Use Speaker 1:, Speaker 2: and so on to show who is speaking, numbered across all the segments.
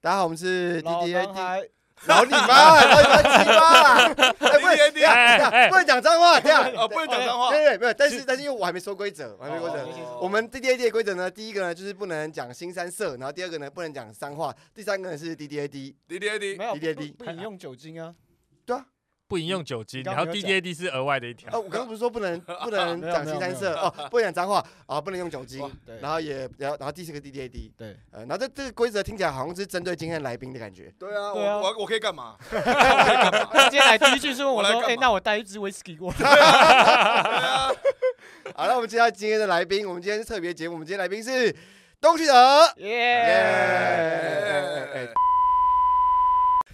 Speaker 1: 大家好，我们是 D
Speaker 2: 老
Speaker 1: D A D。
Speaker 2: 男孩，
Speaker 1: 老你妈，老你妈鸡巴啦！哎，不能
Speaker 3: DDAD
Speaker 1: 这
Speaker 2: 哎
Speaker 1: 样，不能讲脏话，这样。
Speaker 3: 哦，不能讲脏话。
Speaker 1: 对对，没有，但是但是因为我还没说规则，我还没说规则。
Speaker 2: 哦
Speaker 1: 我们 D D A D 的规则呢，第一个呢就是不能讲新三色，然后第二个呢不能讲脏话，第三个呢是 D D A D。
Speaker 3: D D A D，
Speaker 2: 没有
Speaker 1: DDAD
Speaker 2: 不不饮用酒精啊，
Speaker 4: 不饮用酒精，
Speaker 2: 你刚
Speaker 4: 然
Speaker 2: 刚
Speaker 4: 后
Speaker 2: 没有
Speaker 4: D
Speaker 2: 讲
Speaker 4: D A D 是额外的一条。
Speaker 1: 哦，我刚 刚不是说不能不能
Speaker 2: 啊没有
Speaker 1: 讲
Speaker 2: 没
Speaker 1: 新
Speaker 2: 有
Speaker 1: 三
Speaker 2: 没有
Speaker 1: 色哦，不能讲脏话啊，不能用酒精
Speaker 2: 哇，对
Speaker 1: 然后也然后然后第四个 D D A D。
Speaker 2: 对，
Speaker 1: 呃，然后这这个规则听起来好像是针对今天的来宾的呃感觉。
Speaker 3: 对啊，
Speaker 2: 对啊
Speaker 3: 我我我可以干嘛？
Speaker 2: 他今天来第一句是问我说，
Speaker 3: 我来干嘛
Speaker 2: 哎，那我带一支威士忌过来，
Speaker 3: 对啊，
Speaker 1: 好了，我们介绍今天的来宾，我们今天是特别节目，我们今天来宾是东旭德。
Speaker 2: 耶
Speaker 1: 耶！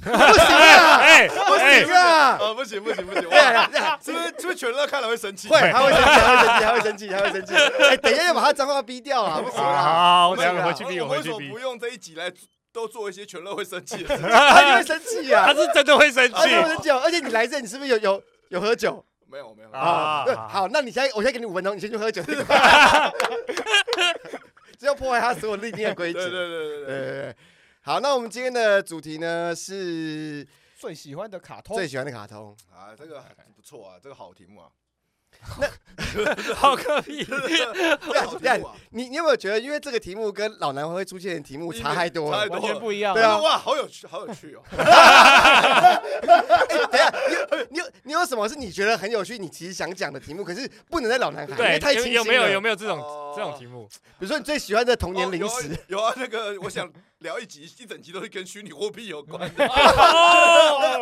Speaker 1: 不行啊，
Speaker 4: 哎
Speaker 1: 不
Speaker 4: 哎
Speaker 1: 行啊！
Speaker 3: 呃，不行不行不行，
Speaker 1: 对
Speaker 3: 哇
Speaker 1: 啊，对啊
Speaker 3: 是不是是不是全乐看了会生气？
Speaker 1: 会，他会生气，他会生气，他会生气，他会生气。哎，等一下要把他脏话逼掉啊，不行啊，
Speaker 4: 好，我
Speaker 3: 不
Speaker 4: 等
Speaker 3: 行啊，
Speaker 4: 下回去逼，
Speaker 3: 我
Speaker 4: 我
Speaker 3: 们
Speaker 4: 回
Speaker 3: 为什
Speaker 4: 去
Speaker 3: 么
Speaker 4: 逼
Speaker 3: 不。用这一集来都做一些全乐会生 气 的事情？
Speaker 1: 他就会生气啊
Speaker 4: 他，是真的会生
Speaker 1: 他
Speaker 4: 气
Speaker 1: 就会生气哦。而且你来这，你是不是有有有喝酒
Speaker 3: 没有没有，没有
Speaker 1: 啊
Speaker 4: 啊？
Speaker 1: 对，好，那你现在我现在给你五分钟，你先去喝酒。 这要破坏他所有立定的规
Speaker 3: 对
Speaker 1: 则。
Speaker 3: 对
Speaker 1: 对
Speaker 3: 对对对
Speaker 1: 对对。好，那我们今天的主题呢是
Speaker 2: 最喜欢的卡通
Speaker 1: 最喜欢的卡通。
Speaker 3: 啊，这个不错啊，这个好 题目啊，
Speaker 4: 好个屁！
Speaker 3: 这个好题目啊，
Speaker 1: 你你有没有觉得，因为这个题目跟老男孩会出现的题目差太多
Speaker 3: 差
Speaker 1: 了
Speaker 3: 太？多
Speaker 2: 完全不一样，
Speaker 1: 对啊
Speaker 3: 哇，好有趣，好有 趣哦，
Speaker 1: 等一下，你有你有什么是你觉得很有趣，你其实想讲的题目，可是不能在老男孩，因
Speaker 4: 对
Speaker 1: 为太，
Speaker 4: 有
Speaker 1: 清
Speaker 4: 有
Speaker 1: 新
Speaker 4: 没有
Speaker 1: 了。
Speaker 4: 有没有这种
Speaker 3: 哦
Speaker 4: 这种题目？
Speaker 1: 比如说你最喜欢的童年零
Speaker 3: 哦
Speaker 1: 食，
Speaker 3: 有啊有啊，那个我想聊一集，一整集都是跟虚拟货币有 关
Speaker 1: 哦
Speaker 3: 的，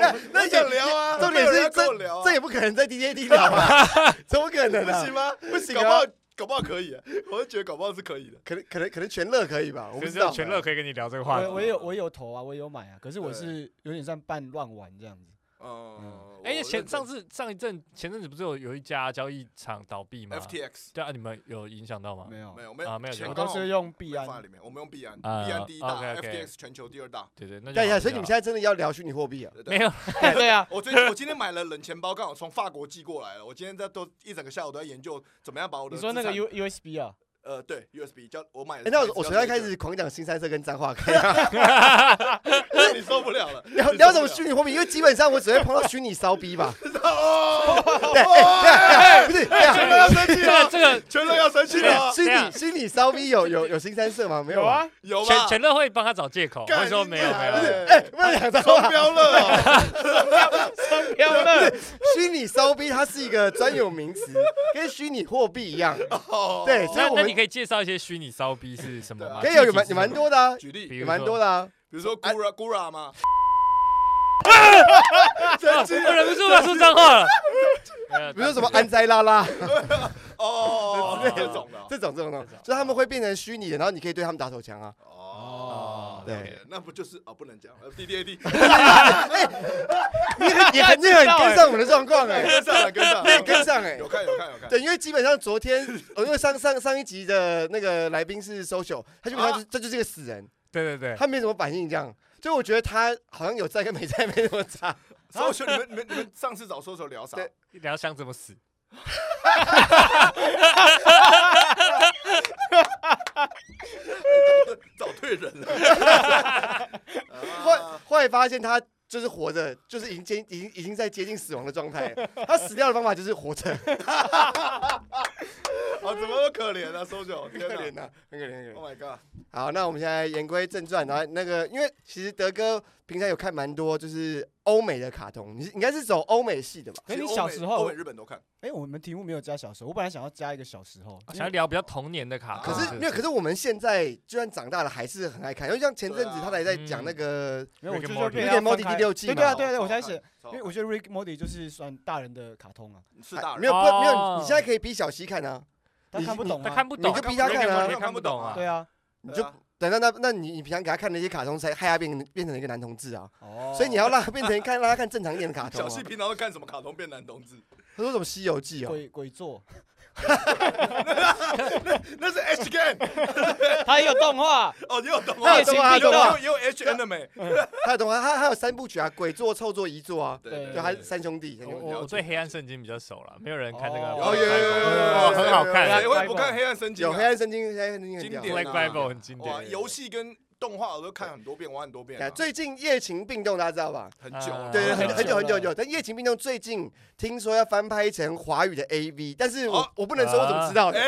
Speaker 1: 那
Speaker 3: 那
Speaker 1: 哦也
Speaker 3: 想聊 啊，
Speaker 1: 重点
Speaker 3: 没有人
Speaker 1: 是
Speaker 3: 要跟我
Speaker 1: 这
Speaker 3: 聊啊
Speaker 1: 这也不可能在 D J D 聊 吧？怎么可能
Speaker 3: 不
Speaker 1: 呢
Speaker 3: 行？吗？不
Speaker 1: 行啊
Speaker 3: 搞不好搞不好可以啊，我就觉得搞不好是可以的。
Speaker 1: 可能可能可能全乐可以吧？我不
Speaker 4: 就
Speaker 1: 知
Speaker 4: 是
Speaker 1: 道。
Speaker 4: 全乐可以跟你聊这个话题
Speaker 2: 我。我也有我也有投啊，我也有买啊，可是我是有点像半乱玩这样子。
Speaker 3: 嗯，
Speaker 4: 哎，
Speaker 3: 我
Speaker 4: 前
Speaker 3: 认
Speaker 4: 上
Speaker 3: 真
Speaker 4: 次上一阵前阵子不是有有一家交易场倒闭吗？
Speaker 3: FTX
Speaker 4: 对啊，你们有影响到吗？
Speaker 2: 没有
Speaker 3: 没，有没有
Speaker 4: 啊没有
Speaker 3: 钱
Speaker 2: 我
Speaker 4: 有
Speaker 2: 都
Speaker 3: 刚好
Speaker 2: 是用币
Speaker 3: 没
Speaker 2: 安。
Speaker 3: 放在里面，我们用币安，币
Speaker 4: 啊
Speaker 3: 安第一大
Speaker 4: OK，OK
Speaker 3: ，FTX 全球第二大。
Speaker 4: 对对，那就
Speaker 1: 对
Speaker 4: 好
Speaker 1: 呀，
Speaker 3: 啊
Speaker 1: 所以你们
Speaker 4: 就
Speaker 1: 现在真的要聊虚拟货币啊？
Speaker 3: 对
Speaker 4: 好没。有
Speaker 2: 哎对啊，
Speaker 3: 我最近我今天买了冷钱包，刚好从法国寄过来了。我今天在都一整个下午都在研究怎么样把我的
Speaker 2: 你说那个
Speaker 3: 资产
Speaker 2: U U S B 啊？
Speaker 3: 呃对 USB 叫我买
Speaker 1: 哎
Speaker 3: 的，
Speaker 1: 那
Speaker 3: 那
Speaker 1: 我我从现在开始狂讲新三色跟脏话， 可以吗
Speaker 3: 你受不了了，
Speaker 1: 聊
Speaker 3: 你
Speaker 1: 聊什
Speaker 3: 受不
Speaker 1: 么
Speaker 3: 了
Speaker 1: 虚拟货币？因为基本上我只会碰到虚拟骚逼 吧？
Speaker 3: 哦，
Speaker 1: 对，哎，对对不是，
Speaker 3: 全都要生气
Speaker 4: 这个
Speaker 3: 了，
Speaker 4: 这个
Speaker 3: 全都要生气了，
Speaker 1: 虚
Speaker 4: 这
Speaker 1: 拟
Speaker 4: 样
Speaker 1: 虚拟骚逼有有有新三色吗？没有吧？
Speaker 2: 啊，
Speaker 3: 有
Speaker 4: 全
Speaker 3: 吧？
Speaker 4: 全乐会帮他找借口，
Speaker 3: 干
Speaker 4: 会说没有
Speaker 3: 你
Speaker 4: 没
Speaker 3: 来
Speaker 4: 有
Speaker 3: 了
Speaker 4: 没有。
Speaker 1: 哎，不能讲脏
Speaker 3: 双
Speaker 1: 话。
Speaker 3: 标了，
Speaker 2: 双标了。
Speaker 1: 虚拟骚逼它是一个专有名词，跟虚拟货币一样。
Speaker 3: 哦
Speaker 1: 对所以
Speaker 4: 那
Speaker 1: 我
Speaker 4: 那
Speaker 1: 们
Speaker 4: 你可以介绍一些虚拟骚逼是什么吗？
Speaker 1: 可以有有
Speaker 4: 具体
Speaker 1: 蛮
Speaker 4: 是
Speaker 1: 有
Speaker 4: 什么
Speaker 1: 蛮多的啊，
Speaker 3: 举例，
Speaker 4: 比
Speaker 1: 有
Speaker 4: 如
Speaker 1: 蛮
Speaker 4: 说
Speaker 1: 多的啊。
Speaker 3: 比如说 Gura Gura 吗？
Speaker 4: 啊我忍不住要说脏话了。
Speaker 1: 比如说什么安灾拉拉
Speaker 3: 哦，
Speaker 4: 之类的
Speaker 3: 这种的。
Speaker 1: 这种这种东西
Speaker 4: 这种，
Speaker 1: 所以他们会变成虚拟的，然后你可以对他们打手枪啊。
Speaker 3: 哦，
Speaker 1: 对
Speaker 3: 了解，那不就是哦，不能讲 D D A D，
Speaker 1: 你很你很你很跟上我们的状况 哎，
Speaker 3: 跟上了，跟上
Speaker 1: 你很
Speaker 3: 了，
Speaker 1: 跟上哎
Speaker 3: 有。看有看有看，
Speaker 1: 对，因为基本上昨天，我因为上上上一集的那个来宾是 social，他基本上就这就是个死人，
Speaker 4: 对对对，
Speaker 1: 他没什么反应这样，所以我觉得他好像有在跟没在没什么差。
Speaker 3: 搜索你们你们你们上次找搜索聊啥？
Speaker 1: 对
Speaker 4: 聊想怎么死。
Speaker 3: 找对人了。
Speaker 1: 后来
Speaker 3: 啊
Speaker 1: 后来发现他就是活着，就是已经接已经已经在接近死亡的状态了。他死掉的方法就是活着，
Speaker 3: 哦，怎么那么可怜啊，搜索，
Speaker 1: 很
Speaker 3: 天
Speaker 1: 可怜
Speaker 3: 哪
Speaker 1: 呐、很可怜，很可怜。
Speaker 3: ！Oh my god！
Speaker 1: 好，那我们现在言归正传，然后那个，因为其实德哥平常有看蛮多就是欧美的卡通，你是你应该是走欧美系的吧？
Speaker 2: 可是
Speaker 3: 其
Speaker 2: 你
Speaker 3: 实欧
Speaker 2: 小
Speaker 3: 美
Speaker 2: 时
Speaker 3: 欧
Speaker 2: 候
Speaker 3: 美，日本都看，
Speaker 2: 哎，我们题目没有加小时候，我本来想要加一个小时候，
Speaker 4: 想要聊比较童年的卡
Speaker 3: 啊
Speaker 4: 通
Speaker 1: 可
Speaker 4: 不，
Speaker 1: 是没有，可是我们现在就算长大了，还是很爱看。因为像前阵子他还在讲那个，
Speaker 2: 没有，我
Speaker 4: Rick
Speaker 2: 就
Speaker 4: and
Speaker 2: 就
Speaker 1: Rick and
Speaker 2: 被他
Speaker 4: Morty
Speaker 1: Morty
Speaker 2: 翻开
Speaker 1: 第六季
Speaker 2: 对
Speaker 1: 嘛
Speaker 2: 对啊对啊对啊，我
Speaker 3: 超
Speaker 2: 想
Speaker 3: 好
Speaker 2: 起
Speaker 3: 看，超好
Speaker 2: 因为我
Speaker 3: 看
Speaker 2: 觉得 Rick Morty 就是算大人的卡通啊，
Speaker 3: 是大
Speaker 1: 没
Speaker 3: 人，
Speaker 1: 有不没有，
Speaker 4: 哦
Speaker 1: 你现在可以逼小西看啊，
Speaker 2: 他
Speaker 1: 你
Speaker 2: 看不懂
Speaker 4: 他
Speaker 2: 啊
Speaker 4: 看，不
Speaker 1: 你
Speaker 4: 懂，
Speaker 1: 就逼他看啊
Speaker 4: 没看不懂啊。
Speaker 2: 对啊，
Speaker 1: 你就
Speaker 3: 对啊
Speaker 1: 等到那那你你平常给他看那些卡通，才害他变变成一个男同志啊，
Speaker 2: 哦，
Speaker 1: 所以你要让他变成 看让他看正常一点的卡通、
Speaker 3: 小
Speaker 1: 啊。
Speaker 3: 戏平常都看什么卡通变男同志？
Speaker 1: 他说什么《西游记》哦，
Speaker 2: 鬼鬼做，
Speaker 3: 那是 H Game
Speaker 2: 他也有动画，
Speaker 3: 哦，你有动
Speaker 1: 他
Speaker 3: 画
Speaker 1: 有动画，他
Speaker 3: 有
Speaker 1: 有动画，
Speaker 3: 有有 H N 的没？
Speaker 1: 他有动画，他还有三部曲啊，《鬼作》《臭作》《遗作》啊，
Speaker 3: 对，
Speaker 1: 就他三兄弟。三
Speaker 4: 我
Speaker 1: 兄弟
Speaker 4: 我我对黑暗圣经比较熟了，没有人看那个。
Speaker 2: 哦
Speaker 3: 有有有有有有
Speaker 4: 哦很好
Speaker 3: 谁
Speaker 4: 看。
Speaker 3: 会不看黑暗神经
Speaker 1: 有
Speaker 3: 啊？
Speaker 1: 黑暗圣经，黑暗圣经很屌
Speaker 3: 经典
Speaker 4: Black
Speaker 3: 啊
Speaker 4: Bible 很经典
Speaker 3: 哇，。游戏跟动画我都看很多遍，玩很多遍啊、哦
Speaker 1: 哎最近夜情病动大家知道吧？
Speaker 3: 很久了，
Speaker 4: 啊
Speaker 1: 对，
Speaker 2: 很
Speaker 1: 很
Speaker 2: 久
Speaker 1: 很久很久
Speaker 2: 了
Speaker 1: 很久。但夜情病动最近听说要翻拍成华语的 AV，但是我
Speaker 3: 哦啊
Speaker 1: 我不能说我怎么知道的。
Speaker 3: 哎、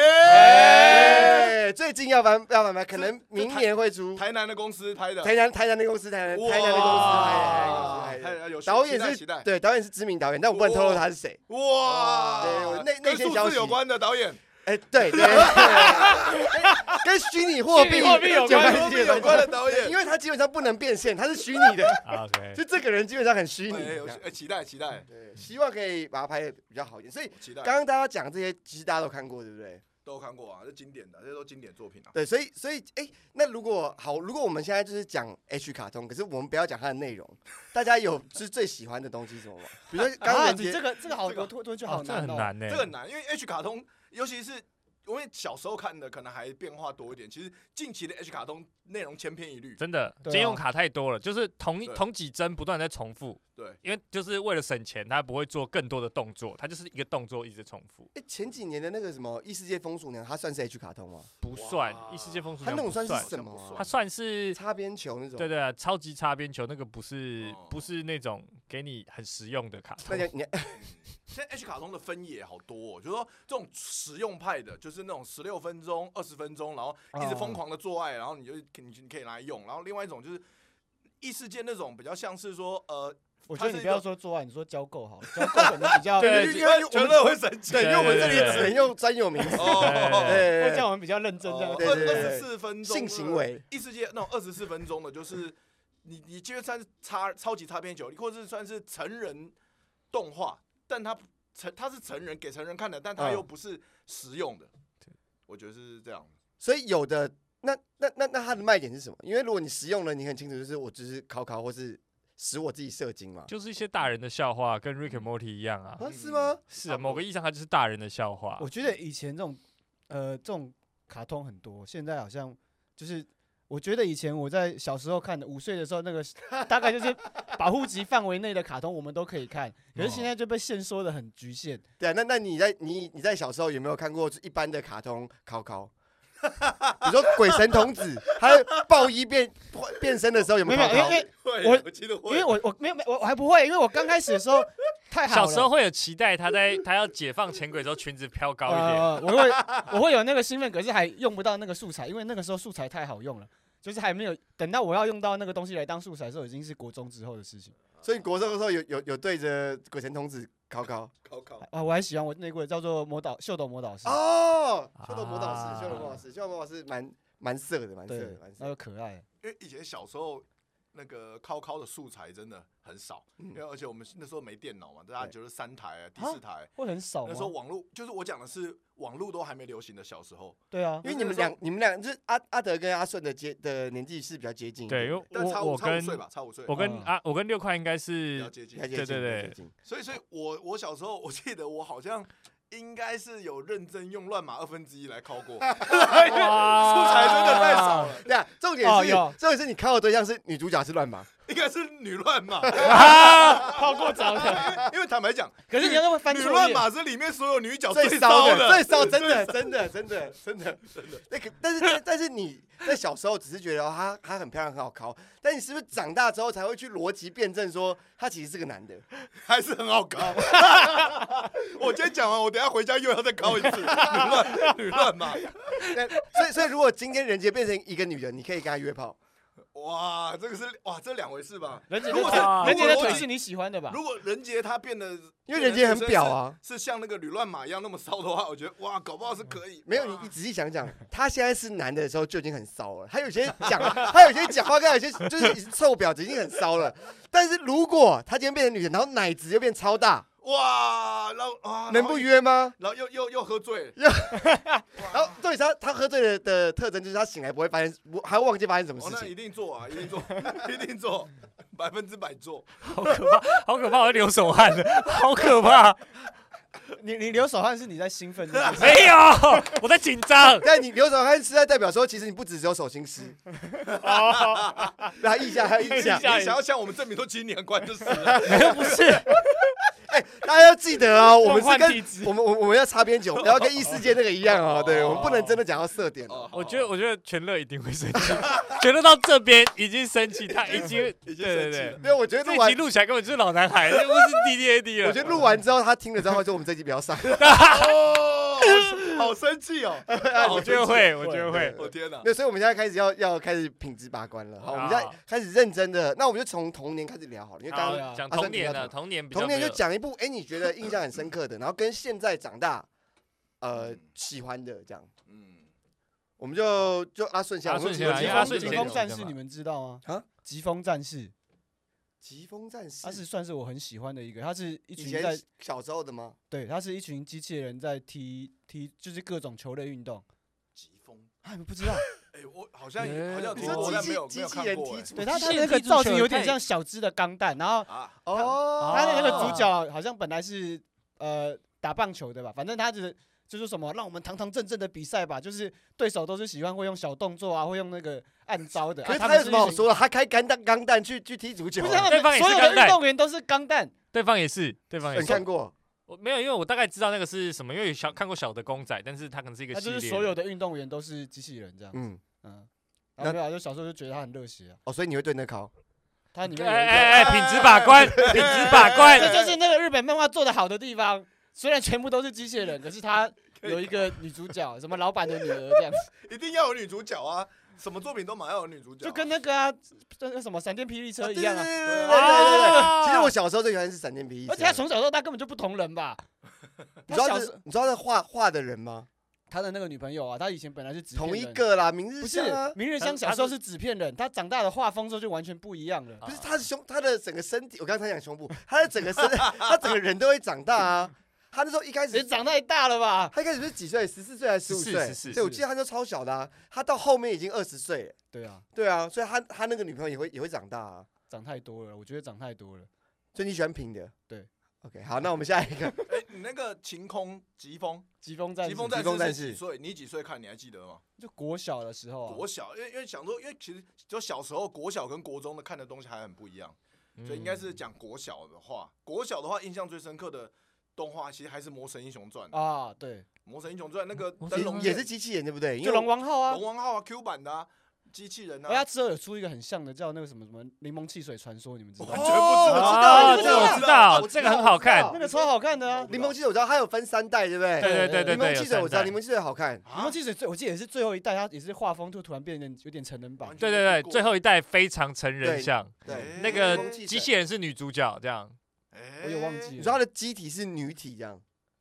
Speaker 1: 哎，最近要翻要翻拍，可能明年会出。
Speaker 3: 台南的公司拍的，
Speaker 1: 台南台南的公司，台南台南的公司，台
Speaker 3: 哇
Speaker 1: 南的公司哎台南的公司，
Speaker 3: 台南有
Speaker 1: 导演
Speaker 3: 期待
Speaker 1: 是
Speaker 3: 期待
Speaker 1: 对导演是知名导演，但我不能透露他是谁。
Speaker 3: 哇，
Speaker 1: 对我那那
Speaker 3: 跟
Speaker 1: 些
Speaker 3: 数
Speaker 1: 消
Speaker 3: 字
Speaker 1: 息
Speaker 3: 有关的导演，
Speaker 1: 哎，对对，对跟虚拟货币
Speaker 4: 虚拟货币有
Speaker 1: 有
Speaker 4: 关
Speaker 3: 跟数字
Speaker 1: 系
Speaker 3: 有关的导 演，
Speaker 1: 因为他基本上不能变现，他是虚拟 的，
Speaker 4: 啊 OK，
Speaker 1: 就这个人基本上很虚拟
Speaker 3: 哎有
Speaker 1: 这样。
Speaker 3: 哎，期待期待
Speaker 1: 对，希望可以把它拍的比较好一点。所以
Speaker 3: 期待，
Speaker 1: 刚刚大家讲这些，其实大家都看过，对不对？
Speaker 3: 都有看过啊，这经典的，这都经典作品啊。
Speaker 1: 对，所以所以哎、那如果好，如果我们现在就是讲 H 卡通，可是我们不要讲它的内容，大家有就是最喜欢的东西是什么吗？比如说刚刚
Speaker 2: 啊，
Speaker 1: 人
Speaker 2: 你
Speaker 1: 杰
Speaker 2: 这个这个好，
Speaker 3: 这个
Speaker 2: 我突突然就好
Speaker 4: 哦，这
Speaker 2: 难
Speaker 4: 很
Speaker 2: 哦。
Speaker 4: 难呢，
Speaker 3: 这个很难，因为 H 卡通，尤其是因为小时候看的，可能还变化多一点。其实近期的 H 卡通内容千篇一律，
Speaker 4: 真的
Speaker 2: 对啊
Speaker 4: 金用卡太多了，就是同一
Speaker 3: 对
Speaker 4: 同几帧不断在重复，
Speaker 3: 对，
Speaker 4: 因为就是为了省钱，他不会做更多的动作，他就是一个动作一直重复，
Speaker 1: 哎前几年的那个什么异世界风俗娘，它算是 H 卡通吗？
Speaker 4: 不
Speaker 3: 哇
Speaker 4: 算异世界风俗
Speaker 1: 它
Speaker 4: 娘
Speaker 1: 那种
Speaker 4: 不
Speaker 1: 算
Speaker 4: 算
Speaker 1: 是，什么啊、
Speaker 4: 它算是
Speaker 1: 擦边球那种。
Speaker 4: 对对啊，超级擦边球那个不是、
Speaker 3: 哦
Speaker 4: 不是那种给你很实用的卡
Speaker 1: 那
Speaker 4: 通，
Speaker 1: 你你
Speaker 3: 现在 H 卡通的分野好多、哦，就是说这种实用派的，就是那种十六分钟、二十分钟，然后一直疯狂的做爱，然后你就你你可以拿来用。然后另外一种就是异世界那种比较像是说呃，
Speaker 2: 我觉
Speaker 3: 它
Speaker 2: 得
Speaker 3: 是
Speaker 2: 你
Speaker 3: 一
Speaker 2: 不要
Speaker 3: 个
Speaker 2: 说做爱，你说交够好，交够可能比较，
Speaker 4: 对
Speaker 1: 因为我
Speaker 3: 全
Speaker 1: 们
Speaker 3: 乐会神奇
Speaker 1: 对，因为我们这里
Speaker 4: 对对对
Speaker 1: 只能用专有名词。
Speaker 3: 哦，
Speaker 2: 那这
Speaker 1: 对
Speaker 2: 样我们比较认真这样
Speaker 1: 对。
Speaker 3: 二二 十四分钟
Speaker 1: 性行为，
Speaker 3: 异世界那种二十四分钟的，就是你你就算是擦超级擦边球，或者是算是成人动画，但它成它是成人给成人看的，但它
Speaker 1: 嗯
Speaker 3: 又不是实用的。我觉得是这样。
Speaker 1: 所以有的那那那那它的卖点是什么？因为如果你实用了，你很清楚，就是我只是考考或是使我自己射精嘛。
Speaker 4: 就是一些大人的笑话，跟 Rick and Morty 一样啊。
Speaker 1: 啊，是吗？
Speaker 4: 是啊，某个意义上它就是大人的笑话
Speaker 2: 我。觉得以前这种呃这种卡通很多，现在好像就是。我觉得以前我在小时候看的，五岁的时候那个 大概就是保护级范围内的卡通，我们都可以看。
Speaker 1: 哦
Speaker 2: 可是现在就被限缩的很局限。
Speaker 1: 对啊，那那你在你你在小时候有没有看过一般的卡通考考？ 比如说鬼神童子，他暴衣变变身的时候有没
Speaker 2: 没
Speaker 1: 有
Speaker 2: 有，
Speaker 1: 考
Speaker 2: 因为因
Speaker 1: 考？
Speaker 2: 为
Speaker 3: 会
Speaker 2: 我
Speaker 3: 我记得
Speaker 2: 因为我我没有没有我我还不会，因为我刚开始的时候太好
Speaker 4: 小
Speaker 2: 了。
Speaker 4: 时候会有期待，他在他要解放潜鬼之后，裙子飘高一点。
Speaker 2: 呃，我会 我会有那个兴奋，可是还用不到那个素材，因为那个时候素材太好用了，就是还没有等到我要用到那个东西来当素材的时候，已经是国中之后的事情。
Speaker 1: 所以你国中的时候有有有对着鬼神童子考考
Speaker 3: 考考
Speaker 2: 啊，我还喜欢我内裤的叫做魔导秀斗魔导师，
Speaker 1: 哦，
Speaker 4: 啊
Speaker 1: 修罗魔导士，修罗魔导士，修罗魔导士蛮蛮色的，蛮色
Speaker 2: 对
Speaker 1: 的，蛮，色
Speaker 2: 那
Speaker 1: 的。
Speaker 4: 呃
Speaker 2: 个可爱。
Speaker 3: 因为以前小时候那个考考的素材真的很少，因为而且我们那时候没电脑嘛，大家
Speaker 1: 对
Speaker 3: 就是三台啊、第
Speaker 2: 嗯啊
Speaker 3: 四台。
Speaker 2: 会很少
Speaker 3: 那
Speaker 2: 吗
Speaker 3: 时？候网络就是我讲的是网络都还没流行的小时候，
Speaker 2: 对啊
Speaker 1: 因，为你们两你们俩就是阿阿德跟阿顺的接的年纪是比较接近一点
Speaker 4: 对，
Speaker 1: 的，
Speaker 4: 因为
Speaker 3: 但差
Speaker 4: 我
Speaker 3: 五
Speaker 4: 我
Speaker 3: 差五
Speaker 4: 跟
Speaker 3: 岁吧，差五岁
Speaker 4: 我跟
Speaker 2: 嗯
Speaker 4: 啊我跟六块应该
Speaker 3: 比
Speaker 4: 是
Speaker 3: 较接近
Speaker 1: 比较。接
Speaker 4: 对
Speaker 1: 近，比较
Speaker 4: 对对
Speaker 1: 接近。
Speaker 3: 所以，所以我我小时候，我记得我好像应该是有认真用乱码二分之一来 考过，
Speaker 4: 哇
Speaker 3: 素材真的太少了，
Speaker 1: 对啊，重点
Speaker 2: 哦
Speaker 1: 是
Speaker 2: 有
Speaker 1: 重点是你看我对象是女主角是乱码，
Speaker 3: 应该是女乱码，
Speaker 1: 啊
Speaker 2: 泡过澡的，
Speaker 3: 因为坦白讲，
Speaker 2: 可是你要会翻
Speaker 3: 女
Speaker 2: 错
Speaker 3: 乱
Speaker 2: 页
Speaker 3: 码是里面所有女角
Speaker 1: 哦 最
Speaker 3: 骚
Speaker 1: 的，最
Speaker 3: 的，
Speaker 1: 骚，真的，真的，真的，真的， 真的。那个，但是但但是你在小时候只是觉得哦她她很漂亮，很好考，但你是不是长大之后才会去逻辑辩证说她其实是个男的？
Speaker 3: 还是很好考。 我今天讲完，我等一下回家又要再考一次女乱女乱码，
Speaker 1: 那所以所以如果今天人杰变成一个女人，你可以跟她约炮，
Speaker 3: 哇，这个是哇，这两回事吧？
Speaker 2: 人杰
Speaker 3: 如
Speaker 2: 的
Speaker 3: 果
Speaker 4: 是
Speaker 2: 腿，人杰的
Speaker 3: 如果
Speaker 2: 腿
Speaker 3: 我
Speaker 2: 是你喜欢的吧？
Speaker 3: 如果任杰他变得，
Speaker 1: 因为人杰很婊啊。
Speaker 3: 是像那个女乱码一样那么骚的话，我觉得哇，搞不好是可以。
Speaker 1: 没有，
Speaker 3: 哇
Speaker 1: 你你仔细想想，他现在是男的的时候就已经很骚了。他有些讲，他有些讲话，跟他有些就是已经臭婊子已经很骚了。但是如果他今天变成女人，然后奶子又变超大，
Speaker 3: 哇，然后啊，
Speaker 1: 能不约吗？
Speaker 3: 然后又又又喝醉，
Speaker 1: 然后对他他喝醉了的特征就是他醒来不会发现，不还忘记发生什么
Speaker 3: 哦
Speaker 1: 事，
Speaker 3: 那
Speaker 1: 情。
Speaker 3: 一定做啊，一定做， 一定做， 百分之百做。
Speaker 4: 好可怕，好可怕，我会流手汗的，好可怕。
Speaker 2: 你你流手汗是你在兴 奋，那个
Speaker 4: 没有，我在紧张。
Speaker 1: 但你留守汗是在代表说，其实你不只只有手心湿，那意下还有意
Speaker 4: 意
Speaker 1: 下
Speaker 4: 下。
Speaker 3: 你想要向我们证明说，其实你很快就死了，
Speaker 4: 没有，不是，
Speaker 1: 哎，大家要记得哦，我们
Speaker 4: 梦
Speaker 1: 是
Speaker 4: 幻
Speaker 1: 跟
Speaker 4: 地址
Speaker 1: 我。们我我们要擦边球，我们要跟异世界那个一样哦。对，我们不能真的讲到色点哦。
Speaker 3: 哦，
Speaker 4: 我觉得，我觉得全乐一定会生气，全乐到这边已经生气，他已经，对对对，
Speaker 1: 因为我觉得
Speaker 4: 这
Speaker 1: 录
Speaker 4: 一
Speaker 1: 完
Speaker 4: 集，录起来根本就是老男孩，这不是 D D A D 了。
Speaker 1: 我觉得录完之后他听了之后他说我们这集不要上，
Speaker 3: 哦，好生气 哦！
Speaker 1: 哎
Speaker 4: 我觉得会，我觉得
Speaker 1: 哦
Speaker 4: 会。
Speaker 3: 我天哪！
Speaker 1: 对，所以我们现在开始要要开始品质把关了。好，我们现在
Speaker 4: 好
Speaker 1: 开始认真的，那我们就从童年开始聊好了，因为刚
Speaker 4: 好
Speaker 1: 刚
Speaker 2: 刚
Speaker 4: 讲
Speaker 1: 阿
Speaker 4: 童
Speaker 1: 三
Speaker 4: 年
Speaker 1: 提到
Speaker 4: 的，童年比较
Speaker 1: 童年
Speaker 4: 没
Speaker 1: 就
Speaker 4: 有
Speaker 1: 讲一部，哎，你觉得印象很深刻的，然后跟现在长大，呃，喜欢的这样，
Speaker 3: 嗯，
Speaker 1: 我们就就阿顺先，
Speaker 4: 阿
Speaker 1: 我们
Speaker 4: 顺
Speaker 1: 就
Speaker 4: 先来
Speaker 1: 疾
Speaker 4: 啊因为
Speaker 1: 风
Speaker 4: 阿顺以
Speaker 2: 疾
Speaker 4: 前
Speaker 1: 疾
Speaker 2: 风
Speaker 4: 有
Speaker 1: 风
Speaker 4: 讲
Speaker 2: 战
Speaker 4: 的
Speaker 2: 士
Speaker 4: 嘛
Speaker 2: 你们知道吗？
Speaker 1: 啊，
Speaker 2: 疾风战士，
Speaker 1: 疾风战士，
Speaker 2: 它是算是我很喜欢的一个，它是
Speaker 1: 以
Speaker 2: 一群在
Speaker 1: 前小时候的吗？
Speaker 2: 对，它是一群机器人在踢踢，就是各种球类运动。
Speaker 3: 疾风，
Speaker 2: 啊，你们不 知道？
Speaker 3: 哎，我好像
Speaker 4: 哎
Speaker 3: 好像有
Speaker 1: 你
Speaker 3: 听过，
Speaker 1: 说
Speaker 3: 但
Speaker 1: 机
Speaker 3: 没有
Speaker 1: 器
Speaker 3: 没有
Speaker 1: 机
Speaker 3: 看
Speaker 1: 器人
Speaker 3: 过
Speaker 1: 踢
Speaker 3: 哎
Speaker 1: 足
Speaker 2: 对，
Speaker 1: 球
Speaker 2: 它它
Speaker 4: 现
Speaker 2: 那
Speaker 4: 踢
Speaker 2: 个
Speaker 4: 足
Speaker 2: 造
Speaker 4: 球
Speaker 2: 型
Speaker 4: 也
Speaker 2: 有点
Speaker 4: 太
Speaker 2: 像小只的钢弹，然后
Speaker 3: 啊，
Speaker 1: 哦，
Speaker 2: 他的那个主
Speaker 4: 哦
Speaker 2: 角好像本来是呃打棒球的吧，反正他就是就是什么让我们堂堂正正的比赛吧，就是对手都是喜欢会用小动作啊，会用那个暗招的。
Speaker 1: 可
Speaker 2: 啊
Speaker 1: 是
Speaker 2: 他
Speaker 1: 他
Speaker 2: 们
Speaker 1: 有什么好说的？他开钢弹钢弹去去踢足
Speaker 2: 是一群？
Speaker 1: 球
Speaker 2: 不是
Speaker 1: 啊，
Speaker 2: 他
Speaker 4: 对方
Speaker 2: 们
Speaker 4: 也
Speaker 2: 所
Speaker 4: 是
Speaker 2: 有
Speaker 4: 钢
Speaker 2: 的运
Speaker 4: 弹
Speaker 2: 动员都是钢弹，
Speaker 4: 对方也是，对方也
Speaker 1: 你
Speaker 4: 是。
Speaker 1: 看过？
Speaker 4: 哦我没有，因为我大概知道那个是什么，因为有小看过小的公仔，但是它可能是一个
Speaker 2: 那
Speaker 4: 系
Speaker 2: 就
Speaker 4: 列
Speaker 2: 是
Speaker 4: 的。
Speaker 2: 所有的运动员都是机器人这样。
Speaker 1: 嗯，
Speaker 2: 嗯，
Speaker 1: 那
Speaker 2: 啊没有啊，就小时候就觉得他很热血啊，
Speaker 1: 哦，所以你会对那考
Speaker 2: 他里面有
Speaker 4: 哎
Speaker 2: 一个，
Speaker 4: 哎哎，品质 把关，品质把关。
Speaker 2: 这就是那个日本漫画做的好的地方。虽然全部都是机械人，可是他有一个女主角，什么老板的女儿这 样子。
Speaker 3: 一定要有女主角啊！什么作品都马上有女主角啊，
Speaker 2: 就跟那个啊，那个什么闪电霹雳车一样啊。
Speaker 1: 对
Speaker 3: 对
Speaker 1: 对对
Speaker 4: 对
Speaker 1: 对
Speaker 4: 对对
Speaker 1: 其实我小时候最喜欢是闪电霹雳车，
Speaker 2: 而且他从小到大根本就不同人吧？
Speaker 1: 你
Speaker 2: 他
Speaker 1: 知道
Speaker 2: 小时
Speaker 1: 这你知道这画画的人吗？
Speaker 2: 他的那个女朋友啊，他以前本来是纸片
Speaker 1: 同
Speaker 2: 人
Speaker 1: 一，个啦，明日
Speaker 2: 不是
Speaker 1: 香啊，
Speaker 2: 明日
Speaker 4: 他
Speaker 2: 香小
Speaker 4: 他
Speaker 2: 时候
Speaker 4: 是
Speaker 2: 是纸片人，他长大的画风之后就完全不一样了。
Speaker 1: 不是他的胸，他的整个身体，我刚才讲胸部，他的整个身，他整个人都会长大啊。他那时候一开
Speaker 2: 你
Speaker 1: 始，
Speaker 2: 长太大了吧？
Speaker 1: 他一开始是几岁？十四岁还是十五岁？
Speaker 4: 14
Speaker 1: 对，我记得他那时候超小的啊，他到后面已经二十岁了。
Speaker 2: 对啊，
Speaker 1: 对啊，所以他他那个女朋友也会也会长大啊。
Speaker 2: 长太多了，我觉得长太多了。
Speaker 1: 所以你喜欢平的？
Speaker 2: 对。
Speaker 1: OK，好，那我们下一个。
Speaker 3: 哎，你那个晴空疾风，
Speaker 2: 疾风战士，
Speaker 3: 疾风
Speaker 1: 疾风战
Speaker 3: 战
Speaker 1: 士
Speaker 3: 士是几岁？你几岁看？你还记得吗？
Speaker 2: 就国小的时候啊，
Speaker 3: 国小，因为因为想说，因为其实就小时候国小跟国中的看的东西还很不一样，
Speaker 4: 嗯
Speaker 3: 所以应该是讲国小的话，国小的话印象最深刻的动画其实还是《魔神英雄传》啊，
Speaker 2: 啊，对，
Speaker 3: 《魔神英雄传》那个
Speaker 4: 魔
Speaker 3: 灯笼
Speaker 1: 也也是机器人对不对？因
Speaker 2: 就
Speaker 1: 为
Speaker 2: 龙
Speaker 1: 我
Speaker 2: 王号啊
Speaker 3: 龙。王号啊，Q 版的啊，机器人
Speaker 2: 而哎且他
Speaker 3: 啊，
Speaker 2: 之后有出一个很像的，叫那个什么什么柠檬汽水传说，你们知道
Speaker 3: 完
Speaker 2: 吗？
Speaker 3: 全不知道
Speaker 4: 哦，
Speaker 1: 我知道
Speaker 4: 这个我
Speaker 1: 我
Speaker 4: 知
Speaker 3: 知
Speaker 4: 道，
Speaker 1: 我知
Speaker 4: 这
Speaker 1: 道
Speaker 4: 个很好看
Speaker 1: 我。知
Speaker 2: 那
Speaker 1: 道
Speaker 2: 个超好看的啊！
Speaker 1: 柠檬汽水我知道，它有分三代，对不对？
Speaker 4: 对对对对
Speaker 1: 柠
Speaker 4: 对，
Speaker 1: 檬
Speaker 4: 有
Speaker 1: 汽水我知道，
Speaker 4: 三代
Speaker 1: 柠檬汽水好看。
Speaker 3: 啊
Speaker 2: 柠檬汽水最我记得也是最后一代，它也是画风就突然变得有点成人版
Speaker 3: 完。全
Speaker 4: 对对对，最后一代非常成人像，
Speaker 1: 对，
Speaker 4: 那
Speaker 1: 柠檬
Speaker 4: 个
Speaker 1: 汽水
Speaker 4: 机器人是女主角，这样
Speaker 3: 哎
Speaker 2: 我也忘记
Speaker 1: 你
Speaker 2: 了。
Speaker 1: 说它的机体是女体这样。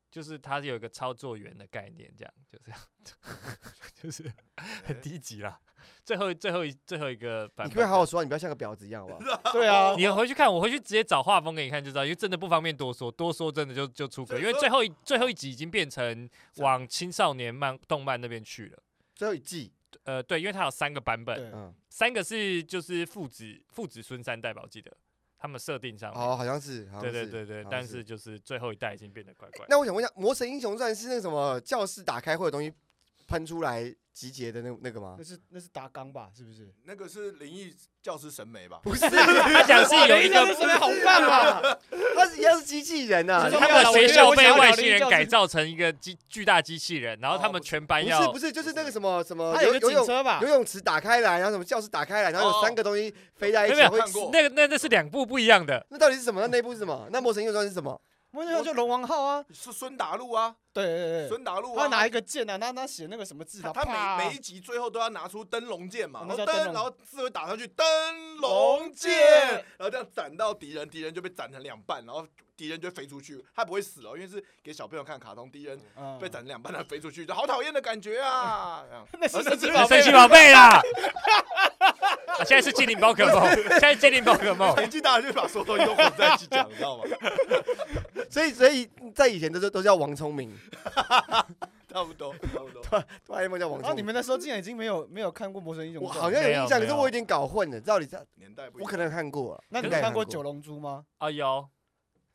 Speaker 4: 就是它有一个操作员的概念，这样就这样， 就是很低级啦。最后最后一最后一个版
Speaker 1: 你
Speaker 4: 本，
Speaker 1: 可不可以好好说话？你不要像个婊子一样，好不 好？
Speaker 2: 对啊，
Speaker 4: 哦你回去看，我回去直接找画风给你看就知道，因为真的不方便多说，多说真的就就出格，因为最后一最后一集已经变成
Speaker 1: 啊
Speaker 4: 往青少年漫动漫那边去了。
Speaker 1: 最后一季，
Speaker 4: 呃，对，因为它有三个版本，
Speaker 2: 对
Speaker 1: 嗯，
Speaker 4: 三个是就是父子父子孙三代吧，我记得他们设定上面。
Speaker 1: 哦，好像是，好像
Speaker 4: 对
Speaker 1: 是
Speaker 4: 对对对，
Speaker 1: 好像
Speaker 4: 但是就是最后一代已经变得怪怪。
Speaker 1: 那我想问一下，《魔神英雄传》是那个什么教室打开会有东西喷出来集结的那那个吗
Speaker 2: 那？是那是达纲吧？是不是？
Speaker 3: 那个是灵异教师审美吧？
Speaker 1: 不是，
Speaker 4: 他讲是有一
Speaker 2: 印象
Speaker 4: 个
Speaker 2: 是好棒 啊！
Speaker 1: 它是一样是机器人呐、啊。
Speaker 4: 他
Speaker 2: 是
Speaker 1: 你
Speaker 2: 他
Speaker 4: 们
Speaker 1: 看
Speaker 2: 们
Speaker 4: 的
Speaker 2: 老
Speaker 4: 学
Speaker 2: 师
Speaker 4: 校
Speaker 2: 我想
Speaker 4: 被
Speaker 2: 要
Speaker 4: 外
Speaker 2: 聊
Speaker 4: 星
Speaker 2: 灵
Speaker 4: 人
Speaker 2: 教
Speaker 4: 改
Speaker 2: 师
Speaker 4: 造成一个机巨大机器人，然后
Speaker 3: 哦
Speaker 4: 他们
Speaker 3: 不
Speaker 4: 全班
Speaker 1: 不
Speaker 4: 要
Speaker 1: 是不是，就是那个什么什么
Speaker 2: 他有
Speaker 1: 游
Speaker 2: 一个
Speaker 1: 游
Speaker 2: 警
Speaker 1: 泳
Speaker 2: 车啊吧
Speaker 1: 游？泳池打开来，然后什么教室打开来，然后有三个东西飞在一
Speaker 4: 没
Speaker 1: 起
Speaker 4: 有
Speaker 1: 会
Speaker 3: 看。过
Speaker 4: 那个那那是两部不一样的。
Speaker 1: 那到底是什么？那内部是什么？那《魔神英雄传》是什么？
Speaker 2: 我那就龙王号啊！
Speaker 3: 是孙达路啊，
Speaker 2: 对对对对，
Speaker 3: 孙达路
Speaker 2: 他
Speaker 3: 啊，
Speaker 2: 拿一个剑啊，他他写那个什么字
Speaker 3: 他
Speaker 2: 啊？
Speaker 3: 他
Speaker 2: 啪
Speaker 3: 每每一集最后都要拿出灯笼剑嘛，
Speaker 2: 我
Speaker 3: 然
Speaker 2: 们叫
Speaker 3: 后
Speaker 2: 灯笼
Speaker 3: 灯，然后字会打上去，灯笼剑
Speaker 2: 灯笼，
Speaker 3: 然后这样斩到敌人，敌人就被斩成两半，然后敌人就飞出去，他不会死哦，因为是给小朋友看卡通，敌人
Speaker 2: 嗯
Speaker 3: 被斩成两半，他飞出去，就好讨厌的感觉啊！这样
Speaker 2: 那是神奇
Speaker 4: 是
Speaker 2: 宝
Speaker 4: 神
Speaker 2: 贝
Speaker 4: 奇宝贝 啦！啊现在是精灵宝可梦，现在是精灵宝可梦。
Speaker 3: 年纪大了就把所有东西都混在一起讲，你知道吗？
Speaker 1: 所以所以在以前都是都叫王聪明，
Speaker 3: 差不多，差不多。
Speaker 1: 哆啦 A 梦叫王聪
Speaker 2: 然后啊哦你
Speaker 1: 明。
Speaker 2: 们那时候竟然已经没有没有看过《魔神英雄
Speaker 1: 我
Speaker 2: 传》？
Speaker 1: 好像有印象，
Speaker 4: 没
Speaker 1: 可是
Speaker 4: 有
Speaker 1: 我有点搞混了。到底在
Speaker 3: 年代不一
Speaker 1: 我
Speaker 3: 样，
Speaker 1: 可能看过了，
Speaker 2: 那你
Speaker 1: 应
Speaker 2: 们
Speaker 1: 该
Speaker 2: 看过《
Speaker 1: 看
Speaker 2: 九龙珠》吗？
Speaker 4: 啊有，
Speaker 1: 我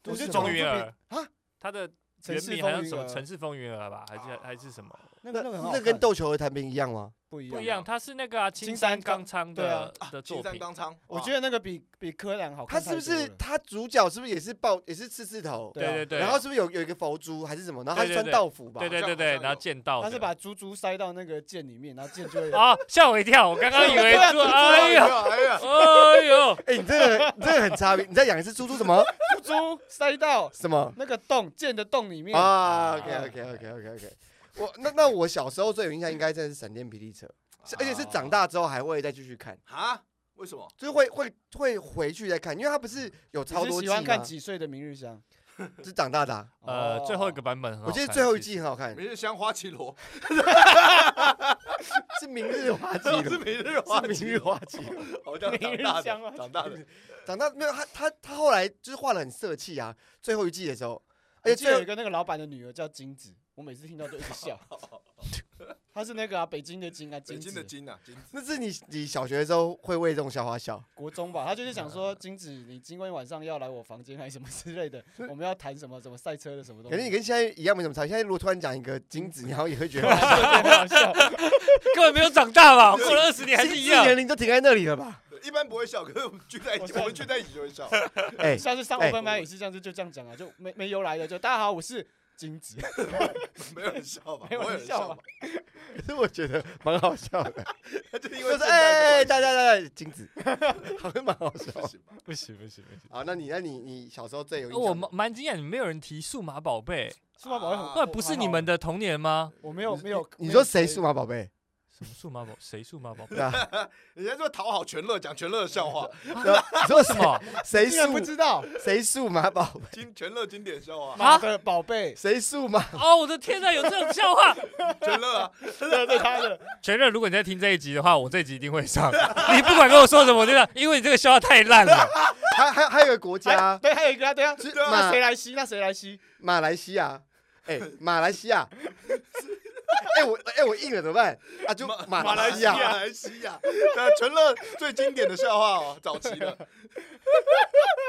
Speaker 2: 我觉
Speaker 1: 是
Speaker 2: 得
Speaker 1: 九
Speaker 2: 九
Speaker 1: 龙
Speaker 4: 风
Speaker 2: 龙
Speaker 4: 云
Speaker 2: 珠
Speaker 4: 儿
Speaker 2: 比啊，
Speaker 4: 他的
Speaker 2: 城
Speaker 4: 原
Speaker 2: 市
Speaker 4: 名好
Speaker 2: 风
Speaker 4: 像
Speaker 2: 云
Speaker 4: 什么
Speaker 2: 儿
Speaker 4: 城市风云儿吧，还是
Speaker 3: 啊
Speaker 4: 还是什么？
Speaker 2: 那个那个很好
Speaker 1: 那
Speaker 2: 看，
Speaker 1: 跟《斗球和弹兵》一样吗？
Speaker 2: 不一
Speaker 4: 不
Speaker 2: 样
Speaker 4: 一。样，他是那个啊，青
Speaker 2: 青
Speaker 4: 山
Speaker 2: 山
Speaker 4: 刚
Speaker 2: 刚
Speaker 4: 昌
Speaker 2: 对啊
Speaker 4: 的的
Speaker 3: 金
Speaker 4: 作
Speaker 3: 山
Speaker 4: 品，
Speaker 3: 刚昌，
Speaker 2: 我
Speaker 3: 哇
Speaker 2: 觉得那个比比柯南好
Speaker 1: 他
Speaker 2: 看
Speaker 1: 是
Speaker 2: 太多
Speaker 1: 不
Speaker 2: 了。
Speaker 1: 是他主角是不是也是抱也是刺刺头？
Speaker 2: 对啊
Speaker 4: 对对，
Speaker 1: 然后是不是有有一个佛珠还是什么？然后他
Speaker 4: 对
Speaker 1: 是
Speaker 4: 对
Speaker 1: 穿
Speaker 4: 对
Speaker 1: 道服吧？
Speaker 4: 对对
Speaker 3: 好
Speaker 4: 对
Speaker 3: 像
Speaker 4: 对，
Speaker 3: 好像
Speaker 4: 然后
Speaker 3: 有
Speaker 4: 见到
Speaker 2: 他
Speaker 4: 的，
Speaker 2: 是把猪猪塞到那个剑里面，然后剑 就会
Speaker 4: 啊吓我一跳，我刚刚以为
Speaker 2: 对啊
Speaker 4: 猪，
Speaker 3: 哎
Speaker 4: 哎呦
Speaker 3: 呀哎呀，
Speaker 4: 哎呦，
Speaker 1: 哎，你这个你这个很差别。你再讲一次，猪猪什么
Speaker 2: 猪猪 塞到
Speaker 1: 什 么
Speaker 2: 那个洞剑的洞里面。
Speaker 1: 啊？OK OK OK OK OK。我那那我小时候最有印象应该真的是《闪电霹雳车》是，而且是长大之后还会再继续看，
Speaker 3: 啊？为什么？
Speaker 1: 就是会会会回去再看，因为它不是有
Speaker 2: 你
Speaker 1: 超
Speaker 2: 是
Speaker 1: 多季
Speaker 2: 喜欢看
Speaker 1: 吗？
Speaker 2: 几岁的明日香？
Speaker 1: 是长大的啊，
Speaker 4: 呃，最后一
Speaker 2: 哦
Speaker 4: 个版本很好
Speaker 1: 我
Speaker 4: 看，
Speaker 1: 记得最后一
Speaker 4: 其实
Speaker 1: 季很好
Speaker 2: 嗯
Speaker 1: 看，
Speaker 3: 明日香花绮罗，
Speaker 1: 是明日花 季
Speaker 3: 哦是明日 花
Speaker 1: 是明日花绮
Speaker 3: 罗，好像长大
Speaker 2: 明日香花
Speaker 3: 的，长大的，
Speaker 1: 长大没有他，他他后来就是画的很色气啊，最后一季的时候，而且
Speaker 2: 我记得
Speaker 1: 最
Speaker 2: 哎有
Speaker 1: 后
Speaker 2: 一个那个老板的女儿叫金子，我每次听到都一直笑。她是那个啊，北京的金啊，
Speaker 3: 北
Speaker 2: 金
Speaker 3: 京的
Speaker 2: 子，
Speaker 3: 金啊，金子
Speaker 1: 那是你你小学的时候会为这种笑话笑，
Speaker 2: 国中吧，他就是想说金子，你今天晚上要来我房间还是什么之类的，我们要谈什么什么赛车的什么东
Speaker 1: 可
Speaker 2: 西。
Speaker 1: 是你跟现在一样没什么差。现在如果突然讲一个金子，然后也会 觉得
Speaker 2: 很好笑，
Speaker 4: 根本没有长大吧？过了二十年还是
Speaker 1: 心
Speaker 4: 一
Speaker 1: 智
Speaker 4: 样。
Speaker 1: 年龄就停在那里了吧？
Speaker 3: 一般不会笑， 可是我们聚在一起，
Speaker 2: 我
Speaker 3: 我们聚在一起就会笑。
Speaker 1: 哎、
Speaker 2: 下次上
Speaker 1: 哎
Speaker 2: 五分班也是这样子，就这样讲啊，就没没由来的，就大家好，我是金子，
Speaker 3: 没有人笑吧？
Speaker 2: 没有人
Speaker 3: 我
Speaker 2: 笑
Speaker 3: 吧
Speaker 2: 吧？
Speaker 1: 可是我觉得蛮好笑的，
Speaker 3: 他就是因为
Speaker 1: 就是
Speaker 3: 圣诞的
Speaker 1: 哎、
Speaker 3: 关
Speaker 1: 大家大家金子，好像蛮好
Speaker 3: 系
Speaker 1: 笑
Speaker 3: 不。行吧
Speaker 4: 不行不行不行！
Speaker 1: 好，那你那你你小时候最有印象？
Speaker 4: 哦我蛮蛮惊讶，你们没有人提数码宝贝，
Speaker 2: 数码宝贝很
Speaker 3: 啊
Speaker 4: 那不是你们，的童年吗？
Speaker 2: 我没有没有，
Speaker 1: 你说谁数？码宝贝？
Speaker 4: 什么数码宝？谁数码宝贝？
Speaker 1: 对啊，
Speaker 3: 人家说讨好全乐，讲全乐的笑话，
Speaker 1: 你说什
Speaker 4: 什
Speaker 1: 么？
Speaker 4: 么？
Speaker 1: 谁
Speaker 2: 竟然不
Speaker 1: 数
Speaker 2: 知道
Speaker 1: 谁数码宝贝？
Speaker 3: 经全乐经典笑话，
Speaker 2: 妈
Speaker 4: 啊
Speaker 2: 的宝 贝，
Speaker 1: 谁数码？
Speaker 4: 哦，我的天哪，有这种笑话！
Speaker 3: 全乐啊，
Speaker 2: 对对他的，
Speaker 4: 全乐，如果你在听这一集的话，我这一集一定会上。你不管跟我说什么，我真的，因为你这个笑话太烂了。
Speaker 1: 还还还有一个国
Speaker 2: 还 有
Speaker 1: 家，
Speaker 2: 对，还有一个啊，对啊，
Speaker 1: 是
Speaker 3: 对啊
Speaker 1: 马
Speaker 2: 那谁来吸？那谁来吸？
Speaker 1: 马来西亚，哎、马来西亚，哎、我哎、我硬了怎么办？啊，就马
Speaker 3: 马来
Speaker 1: 西
Speaker 3: 西亚，马来西亚，对啊，全乐最经典的笑话哦，早期的，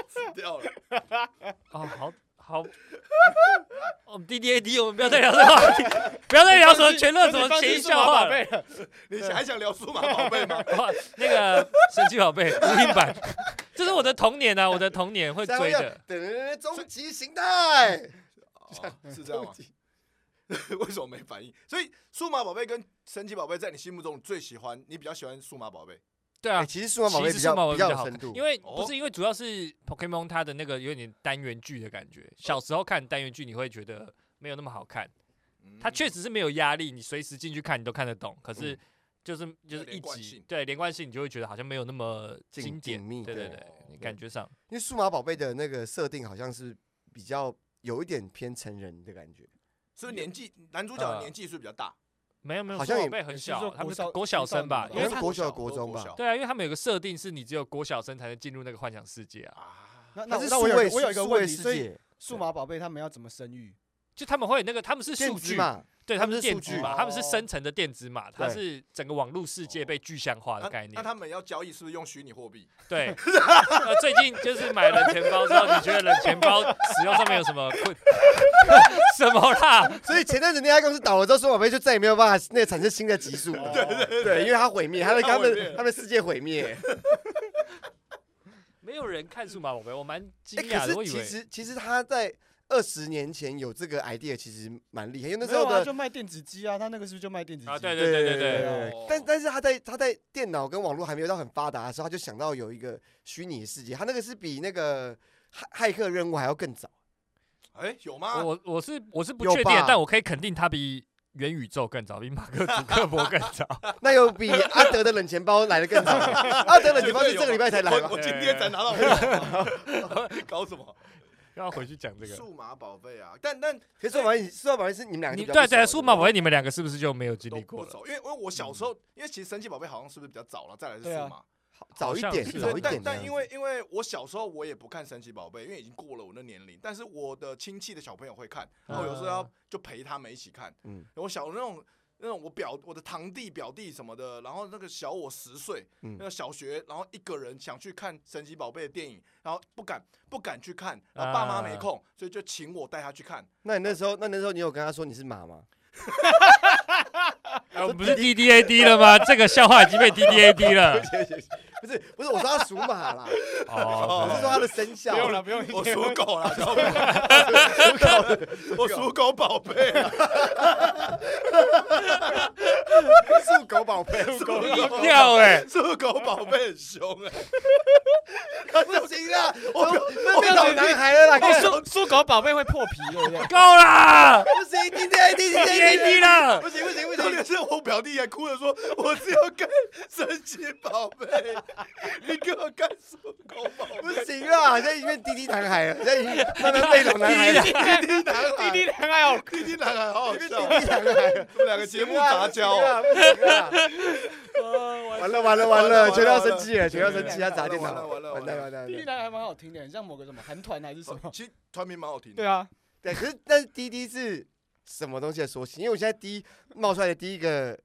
Speaker 3: 死掉了，
Speaker 4: 哦，好好，哦，D D A D，我们不要再聊这个话题，不要再聊啊什么全乐什么
Speaker 2: 放弃
Speaker 4: 谐音
Speaker 2: 数
Speaker 4: 笑
Speaker 2: 码
Speaker 4: 话
Speaker 2: 宝
Speaker 4: 了。
Speaker 2: 贝了，
Speaker 3: 你还想聊数码宝贝 吗？
Speaker 4: 哇，那个神奇宝贝无印版， 这是我的童年啊，我的童年会
Speaker 1: 三
Speaker 4: 追
Speaker 1: 要
Speaker 4: 的。
Speaker 1: 等终极形态，
Speaker 3: 哦是这样吗？ 为什么没反应？所以数码宝贝跟神奇宝贝在你心目中最喜欢，你比较喜欢数码宝贝
Speaker 4: 对
Speaker 1: 哎、
Speaker 4: 啊，
Speaker 1: 其实数码宝贝
Speaker 4: 其
Speaker 1: 比
Speaker 4: 实数码宝
Speaker 1: 较
Speaker 4: 贝
Speaker 1: 比较
Speaker 4: 好
Speaker 1: 有
Speaker 4: 看
Speaker 1: 深度，
Speaker 4: 因为
Speaker 3: 哦
Speaker 4: 不是因为主要是 Pokemon 它的那个有点单元剧的感觉，小时候看单元剧你会觉得没有那么好看，
Speaker 3: 嗯
Speaker 4: 它确实是没有压力，你随时进去看你都看得懂，可是就是就
Speaker 3: 有
Speaker 4: 是
Speaker 3: 连
Speaker 4: 一
Speaker 3: 贯
Speaker 4: 集
Speaker 3: 性
Speaker 4: 对连贯性你就会觉得好像没有那么
Speaker 1: 紧
Speaker 4: 经典
Speaker 1: 紧，密
Speaker 4: 对对
Speaker 1: 对
Speaker 4: 对，你感觉上
Speaker 1: 因为数码宝贝的那个设定好像是比较有一点偏成人的感觉，
Speaker 3: 是不是年纪男主角
Speaker 4: 呃
Speaker 3: 的年纪是不是比较大？
Speaker 4: 没有没有，
Speaker 1: 好像也
Speaker 4: 宝贝很
Speaker 2: 也是说
Speaker 4: 小，他们
Speaker 2: 国
Speaker 4: 是
Speaker 2: 小
Speaker 4: 国小
Speaker 2: 青少
Speaker 4: 生吧
Speaker 2: 年，吧
Speaker 4: 因为
Speaker 1: 好像
Speaker 4: 它
Speaker 1: 国小国中吧
Speaker 4: 啊对啊，因为他们有个设定是你只有国小生才能进入那个幻想世界啊。
Speaker 3: 啊，
Speaker 2: 那
Speaker 1: 它
Speaker 2: 那
Speaker 1: 是
Speaker 2: 那
Speaker 1: 数
Speaker 2: 我有一
Speaker 1: 位
Speaker 2: 个我有一个
Speaker 1: 数
Speaker 2: 问
Speaker 1: 位
Speaker 2: 题，
Speaker 1: 世
Speaker 2: 所以
Speaker 1: 界，
Speaker 2: 数码宝贝他们要怎么生育？
Speaker 4: 就他们会那个，他们是
Speaker 1: 电
Speaker 4: 数
Speaker 1: 子
Speaker 4: 据，
Speaker 1: 嘛，
Speaker 4: 对，
Speaker 1: 他
Speaker 4: 他
Speaker 1: 们
Speaker 4: 们
Speaker 1: 是
Speaker 4: 是电
Speaker 1: 数
Speaker 4: 子
Speaker 1: 据
Speaker 4: 码，他们是
Speaker 2: 哦
Speaker 4: 生成的电子码，它
Speaker 1: 对哦啊
Speaker 4: 是整个网络世界被具象化的
Speaker 3: 那
Speaker 4: 概念。
Speaker 3: 他们要交易是不是用虚拟货币？
Speaker 4: 对，呃，最近就是买冷钱包之后，你觉得冷钱包使用上面有什么困？ 什么啦？
Speaker 1: 所以前阵子那家公司倒了之后，数码宝贝就再也没有办法那个产生新的集数了。
Speaker 2: 对对，
Speaker 1: 对，因为它毁灭，它的
Speaker 3: 它
Speaker 1: 他
Speaker 3: 毁
Speaker 1: 们
Speaker 3: 灭
Speaker 1: 他们世界毁灭。
Speaker 4: 没有人看数码宝贝，我蛮惊
Speaker 1: 哎，
Speaker 4: 讶
Speaker 1: 可
Speaker 4: 的，我
Speaker 1: 是
Speaker 4: 以
Speaker 1: 其
Speaker 4: 为
Speaker 1: 实其实他在二十年前有这个 idea，其实蛮厉害，因为那
Speaker 2: 没
Speaker 1: 时
Speaker 2: 有
Speaker 1: 候
Speaker 2: 啊，
Speaker 1: 的。
Speaker 2: 就卖电子鸡啊，他那个是不是就卖电子鸡？
Speaker 4: 啊，对对对对对，
Speaker 3: 哦
Speaker 1: 但但是他在他在电脑跟网络还没有到很发达的时候，他就想到有一个虚拟世界，他那个是比那个骇骇客任务还要更 早。
Speaker 3: 哎，有吗？
Speaker 4: 我我是我是不
Speaker 1: 啊有
Speaker 4: 确定
Speaker 1: 吧，
Speaker 4: 但我可以肯定它比元宇宙更早，比马克祖克伯更早。
Speaker 1: 那有比阿德的冷钱包来的更早吗？阿德冷钱包是这个礼拜才来
Speaker 3: 我
Speaker 1: 吗？
Speaker 3: 我今天才拿到我 的，搞什么？
Speaker 4: 要回去讲这个。
Speaker 3: 数码宝贝啊！但但
Speaker 1: 可是数码宝贝数码宝贝是你们两个
Speaker 4: 你
Speaker 1: 就比较
Speaker 4: 对
Speaker 1: 不熟
Speaker 4: 对，数码宝
Speaker 1: 对
Speaker 4: 贝你们两个是不是就没有经
Speaker 3: 都
Speaker 4: 历过
Speaker 3: 不
Speaker 4: 了？
Speaker 3: 熟，因为因为我小时候，因为其实神奇宝贝好像是不是比较早了，再来是
Speaker 2: 对
Speaker 3: 数
Speaker 2: 啊
Speaker 1: 不
Speaker 3: 码。
Speaker 1: 对早一
Speaker 4: 好像是
Speaker 1: 点，
Speaker 3: 对
Speaker 1: 早一点
Speaker 3: 但
Speaker 1: 的
Speaker 3: 但
Speaker 1: 样
Speaker 3: 因
Speaker 1: 子。
Speaker 3: 为因为我小时候我也不看神奇宝贝，因为已经过了我那年龄。但是我的亲戚的小朋友会看，然后有时候要就陪他们一起看。
Speaker 1: 啊嗯，
Speaker 3: 我小那种那种我表我的堂弟表弟什么的，然后那个小我十岁，
Speaker 1: 嗯
Speaker 3: 那个小学，然后一个人想去看神奇宝贝的电影，然后不敢不敢去看，然后爸妈没
Speaker 4: 啊
Speaker 3: 空， 所以就请我带他去看。
Speaker 1: 那你那时候那那时候你有跟他说你是马吗？
Speaker 4: 哎，我们不是 D D A D 了吗？这个笑话已经被 D D A D 了。
Speaker 1: 不是不是，我说他属马啦，我是说
Speaker 4: 哦，
Speaker 1: 他的生肖。
Speaker 2: 不用了，不用。
Speaker 3: 我属狗啦， 小宝我属狗宝贝，
Speaker 1: 属狗宝贝，属狗欸
Speaker 4: 低调哎，
Speaker 3: 属狗宝贝很凶哎，
Speaker 1: 不行啦，我我
Speaker 2: 变
Speaker 1: 变
Speaker 2: 老
Speaker 1: 老
Speaker 2: 男
Speaker 1: 男孩了啦，
Speaker 2: 猪猪哦狗宝贝会破皮，对 不对？
Speaker 4: 够啦
Speaker 1: 不行，今天今
Speaker 4: ，D
Speaker 1: 天
Speaker 4: D A D 了。
Speaker 1: 不行不 行不
Speaker 3: 重点
Speaker 1: 行，
Speaker 3: 是我表弟还哭着说，我只要看神奇宝贝，你给我看属狗宝
Speaker 1: 不
Speaker 3: 贝，
Speaker 1: 行啦，现在已经变滴滴男孩了，现在已经慢慢被老男孩了，
Speaker 2: 弟弟弟弟很爱 哦，
Speaker 3: 弟弟男孩好好
Speaker 1: 变
Speaker 3: 笑，
Speaker 1: 滴滴男孩了。
Speaker 3: 他们两个节目杂交哦。
Speaker 1: 不行啦，不行啦
Speaker 2: 呃
Speaker 1: 完了完了完了，全要生气了，全要生气，他砸电脑，
Speaker 3: 完了
Speaker 1: 完
Speaker 3: 完了完了
Speaker 1: 蛋完蛋完
Speaker 2: 弟弟
Speaker 1: 蛋。
Speaker 2: 男还蛮好听的，很像某个什么韩团还是什
Speaker 1: 哦
Speaker 2: 么？
Speaker 3: 其实团名蛮好听的
Speaker 2: 对，啊，
Speaker 1: 对，可是但是滴滴是什么东西的缩写？因为我现在第一冒出来的第一个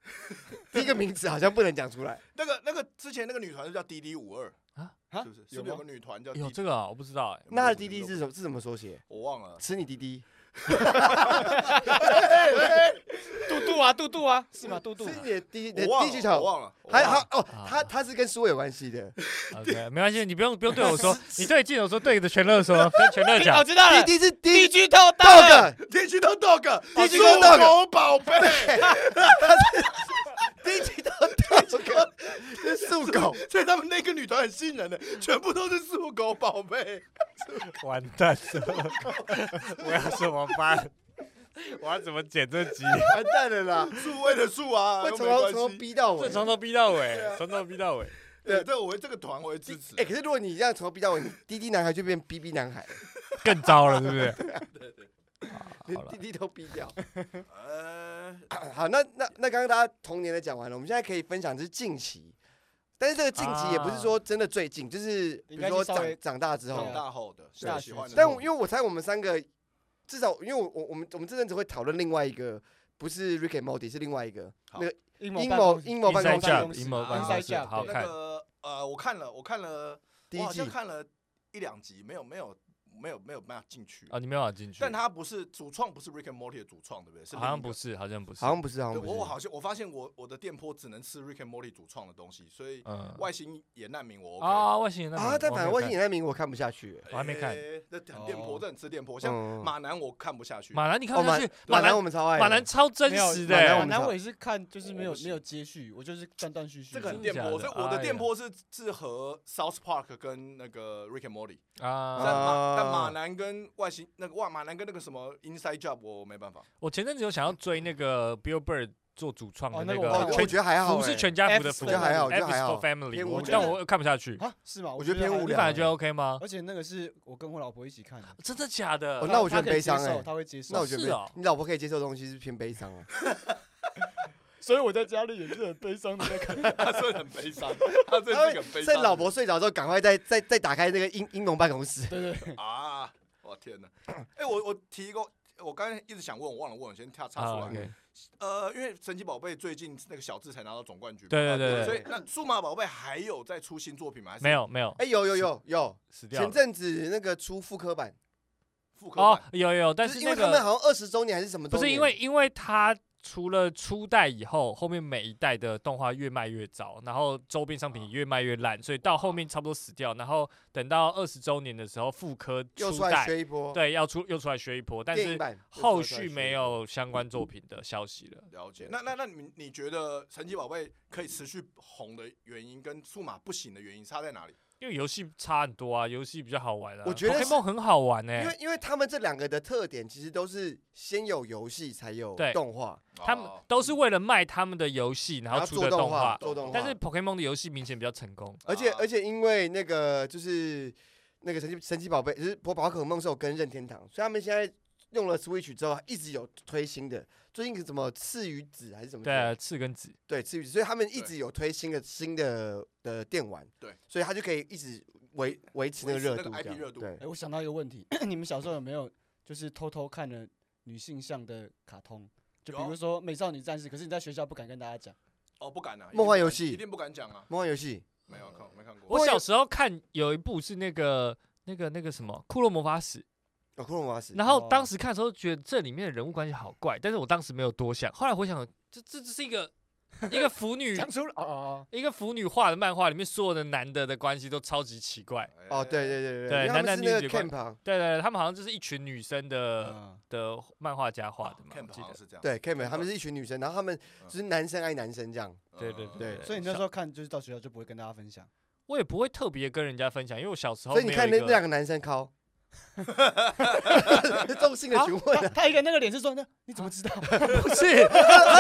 Speaker 1: 第一个名词好像不能讲出来，
Speaker 3: 那个那个之前那个女团就叫滴滴五二
Speaker 4: 啊
Speaker 2: 啊
Speaker 3: 是不是？是
Speaker 2: 有
Speaker 3: 不是有
Speaker 2: 吗
Speaker 3: 个女团叫滴
Speaker 4: 有
Speaker 3: 滴？
Speaker 4: 这个啊，我不知道哎。
Speaker 1: 哎那的滴滴是什么是什么缩写？
Speaker 3: 我忘了。
Speaker 1: 吃你滴滴，
Speaker 2: 杜杜哎啊，杜杜啊，是吗？杜杜
Speaker 1: 吃，你的滴滴
Speaker 3: 我忘
Speaker 1: 滴
Speaker 3: 了
Speaker 1: 去，
Speaker 3: 我
Speaker 1: 头，
Speaker 3: 忘了，我
Speaker 1: 还
Speaker 3: 忘了
Speaker 1: 好哦
Speaker 4: 啊，
Speaker 1: 他他是跟书有关系的，
Speaker 4: 哎 OK，没关系，你不用不用对我说，你对记者说，对着全乐说，跟全乐
Speaker 2: 我
Speaker 4: 讲。
Speaker 2: 知道
Speaker 1: 滴
Speaker 2: 了
Speaker 1: 滴是滴
Speaker 2: ，D G 透到了，
Speaker 1: dog，
Speaker 3: 天气都 dog，
Speaker 1: 天气
Speaker 3: 都
Speaker 1: 都 dog
Speaker 3: 宝贝，
Speaker 1: 滴滴 dog，是素狗，
Speaker 3: 所以他们那个女团很吸引人的，全部都是素狗宝贝。
Speaker 4: 完蛋了，我要怎么办？我要怎么剪这集？
Speaker 1: 完蛋了 啦！
Speaker 3: 素味的素啊，
Speaker 1: 会
Speaker 3: 又
Speaker 1: 从
Speaker 3: 没
Speaker 1: 头
Speaker 3: 关
Speaker 1: 从头
Speaker 3: 系。
Speaker 1: 逼到尾
Speaker 4: 这。从头逼到尾，从头逼到尾。
Speaker 3: 对，这我会这个团我会支持
Speaker 1: 哎、。可是如果你这样从头逼到尾，你滴滴男孩就变逼逼男孩了，
Speaker 4: 更糟了，是不是？
Speaker 1: 连
Speaker 4: 好 了
Speaker 1: 滴滴都逼掉。
Speaker 3: 呃，
Speaker 1: 好，那那那刚刚大家童年的讲完了，我们现在可以分享就是近期，但是这个近期也不是说真的最近，就是比
Speaker 2: 应
Speaker 1: 如
Speaker 2: 该是
Speaker 1: 说
Speaker 2: 稍微
Speaker 1: 长长大之后
Speaker 2: 对
Speaker 3: 长
Speaker 2: 啊，
Speaker 3: 大后的
Speaker 2: 是啊
Speaker 3: 最喜欢的，
Speaker 1: 但我因为我猜我们三个至少，因为我我我们我们这阵子会讨论另外一个。不是 Rick and Morty，是另外一个
Speaker 3: 好
Speaker 2: 阴
Speaker 1: 阴谋
Speaker 2: 阴
Speaker 1: 阴谋办公
Speaker 2: 办
Speaker 1: 室
Speaker 2: 公室
Speaker 4: 阴谋
Speaker 3: 办公室
Speaker 2: 啊 Inside Job，
Speaker 4: 好
Speaker 2: 对
Speaker 3: 那个呃，我看了，我看了，
Speaker 1: 第
Speaker 3: 我
Speaker 1: 一
Speaker 3: 好
Speaker 1: 季
Speaker 3: 像，看了一两集，没有没有没有没有办法进去。
Speaker 4: 啊，你没办法进去。
Speaker 3: 但他不是主创，不是 Rick and Morty 的主创，对不对？是
Speaker 4: 好像
Speaker 3: 另一个
Speaker 4: 不是，好像不是，
Speaker 1: 好像不是，好
Speaker 3: 对
Speaker 1: 像不
Speaker 3: 我我好
Speaker 1: 是。
Speaker 3: 像我发现我我的店铺只能吃 Rick and Morty 主创的东西，所以
Speaker 4: 嗯
Speaker 3: 外星也难民我 OK。
Speaker 4: 啊，外星人
Speaker 1: 啊，但反正
Speaker 4: 我
Speaker 1: 外星
Speaker 4: 没有看
Speaker 1: 野难民我看不下去。
Speaker 3: 诶，
Speaker 4: 我还没看
Speaker 3: 哎那很店
Speaker 2: 哦
Speaker 3: 铺，这很吃店铺，像
Speaker 1: 嗯，
Speaker 3: 马南我看不下去。
Speaker 4: 马兰，你看
Speaker 1: 哦
Speaker 4: 不下
Speaker 1: 马
Speaker 4: 去，
Speaker 1: 马
Speaker 4: 兰
Speaker 1: 南我们超爱的，
Speaker 4: 马兰超真
Speaker 2: 没有
Speaker 4: 实
Speaker 1: 马兰我
Speaker 4: 的
Speaker 1: 们，
Speaker 2: 南
Speaker 1: 知道
Speaker 2: 我也是看，就是没有
Speaker 3: 我是
Speaker 2: 没有接续，我就是断断续续。
Speaker 3: 这个很
Speaker 4: 真
Speaker 3: 店
Speaker 4: 的假
Speaker 3: 铺，
Speaker 4: 的
Speaker 3: 所以我的
Speaker 4: 哎
Speaker 3: 店
Speaker 4: 呀
Speaker 3: 铺是是和 South Park 跟那个 Rick and Morty，但
Speaker 4: 啊。
Speaker 3: 马但
Speaker 1: 啊
Speaker 3: 马南跟外星那个哇马南跟那个什么 Inside Job 我没 办法。
Speaker 4: 我前阵子有想要追那个 Billboard 做主创的
Speaker 2: 哦那个
Speaker 1: 哦
Speaker 2: 我
Speaker 1: 我
Speaker 2: 看
Speaker 4: 个呃全
Speaker 1: 觉得还好、
Speaker 4: 福是
Speaker 1: 欸
Speaker 4: 全家福的福，
Speaker 1: 我觉得还好我觉
Speaker 4: F
Speaker 1: 得欸还好
Speaker 4: for Family，
Speaker 1: 偏
Speaker 4: 我
Speaker 1: 无
Speaker 4: 但
Speaker 1: 聊
Speaker 4: 我看不下去。
Speaker 2: 啊，是吗？
Speaker 1: 我觉得偏无
Speaker 4: 你
Speaker 1: 聊
Speaker 4: 反而觉得 OK 吗？
Speaker 2: 而且那个是我跟我老婆一起看的，
Speaker 4: 真的假的
Speaker 1: 哦？那我觉得
Speaker 2: 她可
Speaker 1: 很悲
Speaker 2: 以
Speaker 1: 伤
Speaker 2: 接受
Speaker 1: 欸
Speaker 2: 她会接受。
Speaker 1: 那我觉
Speaker 4: 是
Speaker 1: 得、
Speaker 4: 哦
Speaker 1: 你老婆可以接受的东西是偏悲伤 啊。
Speaker 2: 所以我在家里也是很悲伤的 在看。
Speaker 3: 他真的很悲 伤，他真
Speaker 1: 他
Speaker 3: 是
Speaker 1: 会
Speaker 3: 个很悲伤的人。
Speaker 1: 趁老婆睡着之后，赶快再再再打开那个英英龙办公室。
Speaker 2: 对对对，
Speaker 3: 啊，我天 哪！哎，我我提一个，我刚才一直想问，我忘了问，先跳插
Speaker 4: 啊
Speaker 3: 出来。
Speaker 4: ，OK
Speaker 3: 呃，因为神奇宝贝最近那个小智才拿到总冠军嘛，啊
Speaker 4: 对对对对
Speaker 3: 所以那数码宝贝还有在出新作品吗？还是
Speaker 4: 没有没有
Speaker 1: 哎、有有有有，
Speaker 4: 死掉
Speaker 1: 前
Speaker 4: 了。
Speaker 1: 阵子那个出复刻版，
Speaker 3: 复刻
Speaker 4: 哦
Speaker 3: 版，，
Speaker 4: 有有，但
Speaker 1: 就是因为
Speaker 4: 那
Speaker 1: 他们
Speaker 4: 个
Speaker 1: 好像二十周年还是什么周
Speaker 4: 不
Speaker 1: 年？
Speaker 4: 是因为因为它除了初代以后，后面每一代的动画越卖越糟，然后周边商
Speaker 1: 啊
Speaker 4: 品也越卖越烂，所以到后面差不多死掉。然后等到二十周年的时候复刻
Speaker 1: 又
Speaker 4: 初
Speaker 1: 出来
Speaker 4: 代，
Speaker 1: 学一波，，
Speaker 4: 对，要出又出来学一波，但
Speaker 1: 电影
Speaker 4: 是
Speaker 1: 版
Speaker 4: 后续没有相关
Speaker 1: 嗯
Speaker 4: 作品的消息了。
Speaker 3: 了解。那那那你你觉得神奇宝贝可以持续红的原因跟数码不行的原因差在哪里？
Speaker 4: 因为游戏差很多啊，游戏比较好玩啊。
Speaker 1: 我觉得是
Speaker 4: Pokemon 很好玩欸呢、
Speaker 1: 因为因为他们这两个的特点其实都是先有游戏才有
Speaker 4: 对
Speaker 1: 动画，
Speaker 4: 他们
Speaker 3: 哦
Speaker 4: 都是为了卖他们的游戏，然
Speaker 1: 然
Speaker 4: 后
Speaker 1: 后
Speaker 4: 出
Speaker 1: 做
Speaker 4: 的
Speaker 1: 动
Speaker 4: 动画。
Speaker 1: 做动画。
Speaker 4: 但是 Pokemon 的游戏明显比较成功，
Speaker 1: 而且
Speaker 3: 啊
Speaker 1: 而且因为那个就是那个神奇神奇宝贝，就是宝宝可梦是有跟任天堂，所以他们现在用了 Switch 之后，一直有推新的。最近是什么赤鱼子还是什么之
Speaker 4: 对
Speaker 1: 类
Speaker 4: 啊，
Speaker 1: 的？
Speaker 4: 赤跟紫。
Speaker 1: 对，赤鱼子，所以他们一
Speaker 3: 对
Speaker 1: 直有推新的新的的电玩，
Speaker 3: 对，
Speaker 1: 所以他就可以一直维维持那个
Speaker 3: 维持
Speaker 1: 热
Speaker 3: 那
Speaker 1: 度这
Speaker 3: 个 IP
Speaker 1: 样，
Speaker 3: 热度
Speaker 1: 对
Speaker 2: 哎，，我想到一个问题， 你们小时候有没有就是偷偷看了女性向的卡通？就比
Speaker 3: 有
Speaker 2: 如说《美少女战士》，可是你在学校不敢跟大家讲。
Speaker 3: 哦不敢啊，
Speaker 1: 梦幻游戏
Speaker 3: 一定不敢讲啊，
Speaker 1: 梦幻游戏
Speaker 3: 没有看没看过。
Speaker 4: 我小时候看有一部是那个那个那个什么《库洛魔法使》，
Speaker 1: 有库洛魔法使，
Speaker 4: 然后
Speaker 2: 哦
Speaker 4: 当时看的时候觉得这里面的人物关系好怪，但是我当时没有多想，后来回想这这这是一个一个 腐女
Speaker 2: 讲出了哦哦
Speaker 4: 一个腐女画的漫画里面所有的男的的关系都超级奇怪。
Speaker 1: 哦，对对对因
Speaker 4: 对
Speaker 1: 为他们
Speaker 4: 男男
Speaker 1: 是
Speaker 4: 女
Speaker 1: 那
Speaker 4: 女
Speaker 1: 个
Speaker 4: 关
Speaker 1: camp 啊
Speaker 4: 对对对，他们好像就是一群女生
Speaker 2: 哦
Speaker 4: 的、
Speaker 2: 嗯，
Speaker 4: 的漫画家画
Speaker 1: 哦
Speaker 4: 的嘛，我
Speaker 3: 看
Speaker 4: 记
Speaker 3: 好像
Speaker 4: 得。
Speaker 3: 是这样，
Speaker 1: 对 camp，他们
Speaker 3: 啊
Speaker 1: 是一群女生，然后他们就是男生爱男生这样。
Speaker 3: 嗯，
Speaker 4: 对对对
Speaker 1: 对
Speaker 2: 所以你那时候看就是到学校就不会跟大家分享，
Speaker 4: 我也不会特别跟人家分享，因为我小时候
Speaker 1: 所以你
Speaker 4: 没有
Speaker 1: 看
Speaker 4: 一
Speaker 1: 那
Speaker 4: 个
Speaker 1: 那两个男生 靠，中性的询问
Speaker 2: 他
Speaker 1: 啊，
Speaker 2: 他一个那个脸是说那你怎么知 道？
Speaker 4: 不是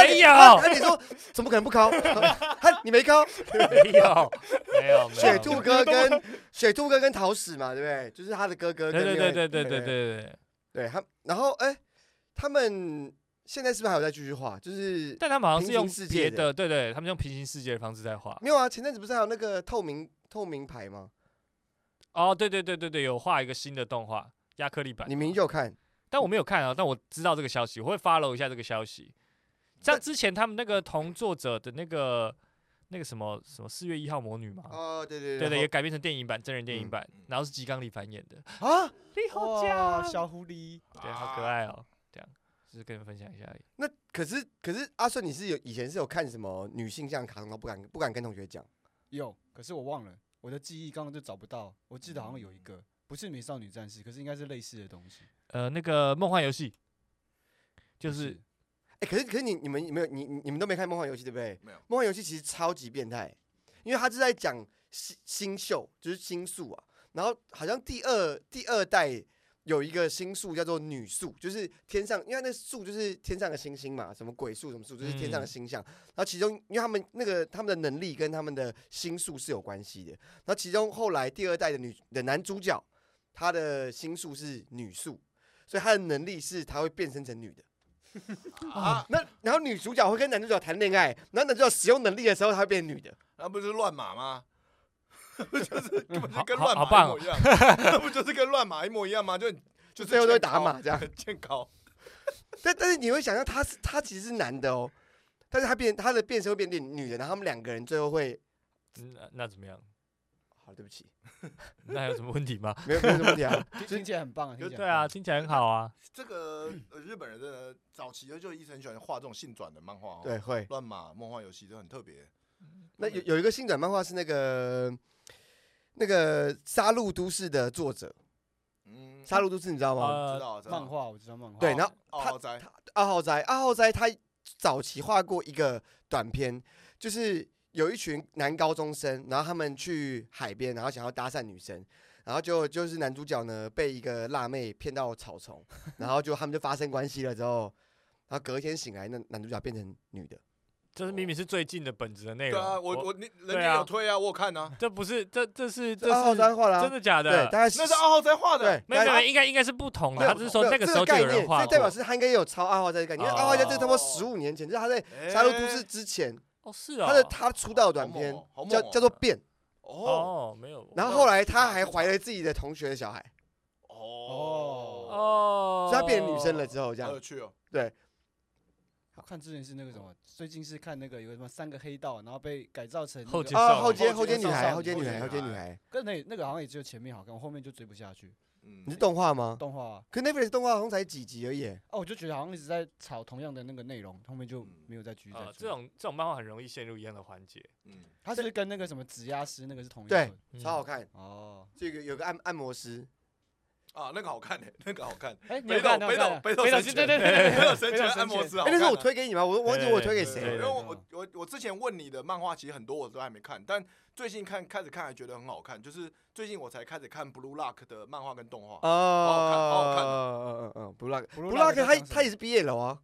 Speaker 4: 没有
Speaker 1: 那你说怎么可能不靠？他你没靠？
Speaker 4: 没有 没有没
Speaker 1: 雪
Speaker 4: 有，
Speaker 1: 兔哥跟雪兔哥跟桃矢嘛，对不对？就是他的哥哥
Speaker 4: 对
Speaker 1: 跟
Speaker 4: 对
Speaker 1: 另
Speaker 4: 对
Speaker 1: 外
Speaker 4: 对对对对
Speaker 1: 对
Speaker 4: 对。
Speaker 1: 对他，然后哎，他们现在是不是还有在继续画？就是
Speaker 4: 但他们好像是用
Speaker 1: 平行世
Speaker 4: 别
Speaker 1: 界
Speaker 4: 的，
Speaker 1: 的
Speaker 4: 对对，他们用平行世界的方式在画。
Speaker 1: 没有啊？前阵子不是还有那个透明透明牌吗？
Speaker 4: 哦，对对对对对，有画一个新的动画亚克力版
Speaker 1: 你，明明就有看，
Speaker 4: 但我没有看啊，但我知道这个消息，我会 follow 一下这个消息。像
Speaker 1: 但
Speaker 4: 之前他们那个同作者的那个那个什么什么四月一号魔女嘛，
Speaker 1: 哦，对对
Speaker 4: 对对，也
Speaker 1: 对
Speaker 4: 改编成电影版，真人电影
Speaker 1: 嗯
Speaker 4: 版
Speaker 3: 嗯，
Speaker 4: 然后是吉冈里帆演的，
Speaker 1: 啊，
Speaker 4: 你啊
Speaker 2: 哇，小狐狸，
Speaker 3: 啊
Speaker 4: 对，好可爱哦，这样就是跟你们分享一下而已。
Speaker 1: 那可是可是阿顺，你是有以前是有看什么女性向卡通，都不敢不敢跟同学讲。
Speaker 2: 有，可是我忘了，我的记忆刚刚就找不到。我记得好像有一个，不是美少女战士，可是应该是类似的东西。
Speaker 4: 呃，那个梦幻游戏，就是
Speaker 1: 哎、可是可是你你们没有你你你们都没看《梦幻游戏》对不对？
Speaker 3: 没有
Speaker 1: 梦幻游戏》其实超级变态，因为他是在讲新新秀，就是新宿啊。然后好像第二第二代有一个新宿叫做女宿，就是天上，因为那宿就是天上的星星嘛，什么鬼宿什么宿，就是天上的
Speaker 4: 嗯
Speaker 1: 星象。然后其中，因为他们那个他们的能力跟他们的星宿是有关系的。然后其中后来第二代的女的男主角，他的星宿是女宿，所以他的能力是他会变身成女的。
Speaker 3: 啊，
Speaker 1: 那然后女主角会跟男主角谈恋爱，然后男主角使用能力的时候，她会变女的。
Speaker 3: 那不就是乱码吗？ 就是根本就跟
Speaker 4: 好好
Speaker 3: 乱
Speaker 4: 好
Speaker 3: 码
Speaker 4: 棒
Speaker 3: 一
Speaker 4: 哦
Speaker 3: 模一 样，那不就是跟乱码一模一样吗？就就
Speaker 1: 就是最后都会
Speaker 3: 健
Speaker 1: 打
Speaker 3: 康
Speaker 1: 码这样，
Speaker 3: 健康。
Speaker 1: 但但是你会想象他是他其实是男的哦，但是他变他的变身会变变女的，然后他们两个人最后会，嗯
Speaker 4: 那那怎么样？
Speaker 1: 好对不起，
Speaker 4: 那有什么问题 吗？
Speaker 1: 没有没有什么问题啊，
Speaker 2: 听听起来很棒啊，听起来
Speaker 4: 对啊，
Speaker 2: 很
Speaker 4: 听起来很 好啊。
Speaker 3: 这个呃日本人的早期就一直很喜欢画这种性转的漫画、哦，，
Speaker 1: 对会。
Speaker 3: 乱码、梦幻游戏都很特别。
Speaker 1: 那有有一个新转漫画是那个那个《杀戮都市》的作者，
Speaker 3: 嗯
Speaker 1: 《杀戮都市》你知道吗？
Speaker 3: 知
Speaker 4: 呃，
Speaker 3: 道知
Speaker 2: 棒。漫
Speaker 3: 道，
Speaker 2: 画我知道漫画，
Speaker 1: 对，然后
Speaker 3: 哦，
Speaker 1: 他
Speaker 3: 豪宅
Speaker 1: 二号斋，二号斋他早期画过一个短片，就是有一群男高中生，然后他们去海边，然后想要搭讪女生，然后就就是男主角呢被一个辣妹骗到草丛，然后就他们就发生关系了之后，然后隔天醒来，那男主角变成女的，
Speaker 4: 这是明明是最近的本子的内
Speaker 3: 对
Speaker 4: 容。
Speaker 3: 啊，我我你人
Speaker 4: 对
Speaker 3: 家
Speaker 4: 啊
Speaker 3: 有推啊，我有 看啊，
Speaker 4: 这不是这这是这
Speaker 1: 二号
Speaker 4: 是
Speaker 1: 斋画了啊、
Speaker 4: 真的假
Speaker 1: 对，
Speaker 4: 的？
Speaker 1: 大概是
Speaker 3: 那是二号宅画的
Speaker 1: 对，，
Speaker 4: 没有没
Speaker 1: 大
Speaker 4: 有，
Speaker 1: 概
Speaker 4: 应该应该是不同的。
Speaker 1: 没有
Speaker 4: 他只是说那
Speaker 1: 没有
Speaker 4: 时候
Speaker 1: 这
Speaker 4: 就有
Speaker 1: 概念，
Speaker 4: 人画
Speaker 1: 这代表
Speaker 4: 过。
Speaker 1: 是他应该也有抄二号斋的概念，因为
Speaker 4: 哦
Speaker 1: 二号斋这差不多十五年前，就是他在
Speaker 3: 哎
Speaker 1: 《杀戮都市》之前，
Speaker 4: 哦，是哦。
Speaker 1: 他的他出道的短
Speaker 3: 好猛
Speaker 1: 片
Speaker 3: 哦好猛
Speaker 1: 叫
Speaker 3: 哦
Speaker 1: 叫做《变》。
Speaker 3: 哦
Speaker 4: 哦，没有。
Speaker 1: 然后后来她还怀了自己的同学的小孩，
Speaker 3: 哦
Speaker 4: 哦
Speaker 1: 所，以她变成女生了之后，这
Speaker 3: 好
Speaker 1: 样
Speaker 3: 有趣哦，
Speaker 2: 我看之前是那个什么，最近是看那个有个什么三个黑道，然后被改造成那
Speaker 4: 后
Speaker 2: 个哦
Speaker 4: 街
Speaker 1: 啊，
Speaker 4: 少
Speaker 1: 后
Speaker 4: 女
Speaker 1: 街
Speaker 2: 后
Speaker 1: 后
Speaker 2: 街
Speaker 1: 街女孩，
Speaker 2: 少
Speaker 1: 后街
Speaker 2: 女
Speaker 1: 女
Speaker 2: 后
Speaker 1: 孩，
Speaker 3: 街
Speaker 1: 后街
Speaker 3: 女
Speaker 1: 女孩，
Speaker 2: 跟那那个好像也只有前面好看，我后面就追不下去。
Speaker 3: 嗯
Speaker 1: 你是动画吗？
Speaker 2: 动画啊
Speaker 1: 可 Netflix 动画好像才几集而已，
Speaker 2: 哦，我就觉得好像一直在炒同样的那个内容，后面就没有再继续再
Speaker 4: 呃，这
Speaker 2: 追。
Speaker 4: 种这种漫画很容易陷入一样的环节。
Speaker 3: 嗯，
Speaker 2: 它是不是跟那个什么指压师那个是同一
Speaker 1: 对
Speaker 2: 个
Speaker 4: 嗯
Speaker 1: 超好看。
Speaker 2: 哦，
Speaker 1: 这个有个按按摩师，
Speaker 3: 啊，那个好看诶，那个好看，
Speaker 2: 哎，你
Speaker 3: 北
Speaker 2: 有看
Speaker 3: 斗
Speaker 2: 你有看
Speaker 3: 北斗
Speaker 2: 北斗
Speaker 3: 神
Speaker 2: 神
Speaker 3: 拳
Speaker 2: 对对对对对
Speaker 3: 没有
Speaker 2: 对，
Speaker 3: 神
Speaker 2: 北
Speaker 3: 拳
Speaker 2: 斗
Speaker 3: 按摩
Speaker 2: 拳
Speaker 3: 师，
Speaker 1: 哎
Speaker 3: 好，
Speaker 1: 那
Speaker 3: 看
Speaker 1: 时候我
Speaker 3: 啊
Speaker 1: 推给你吗？我忘记我推给
Speaker 3: 对
Speaker 4: 对
Speaker 1: 谁
Speaker 3: 因
Speaker 1: 了。
Speaker 3: 为我
Speaker 2: 对
Speaker 3: 我我我之前问你的漫画，其实很多我都还没看，但最近看开始看还觉得很好看，就是最近我才开始看 Blue Lock 的漫画跟动画。
Speaker 1: 哦，嗯嗯嗯，布拉克，
Speaker 2: 布
Speaker 1: 布拉克他
Speaker 2: 他
Speaker 1: 他也是毕业了啊，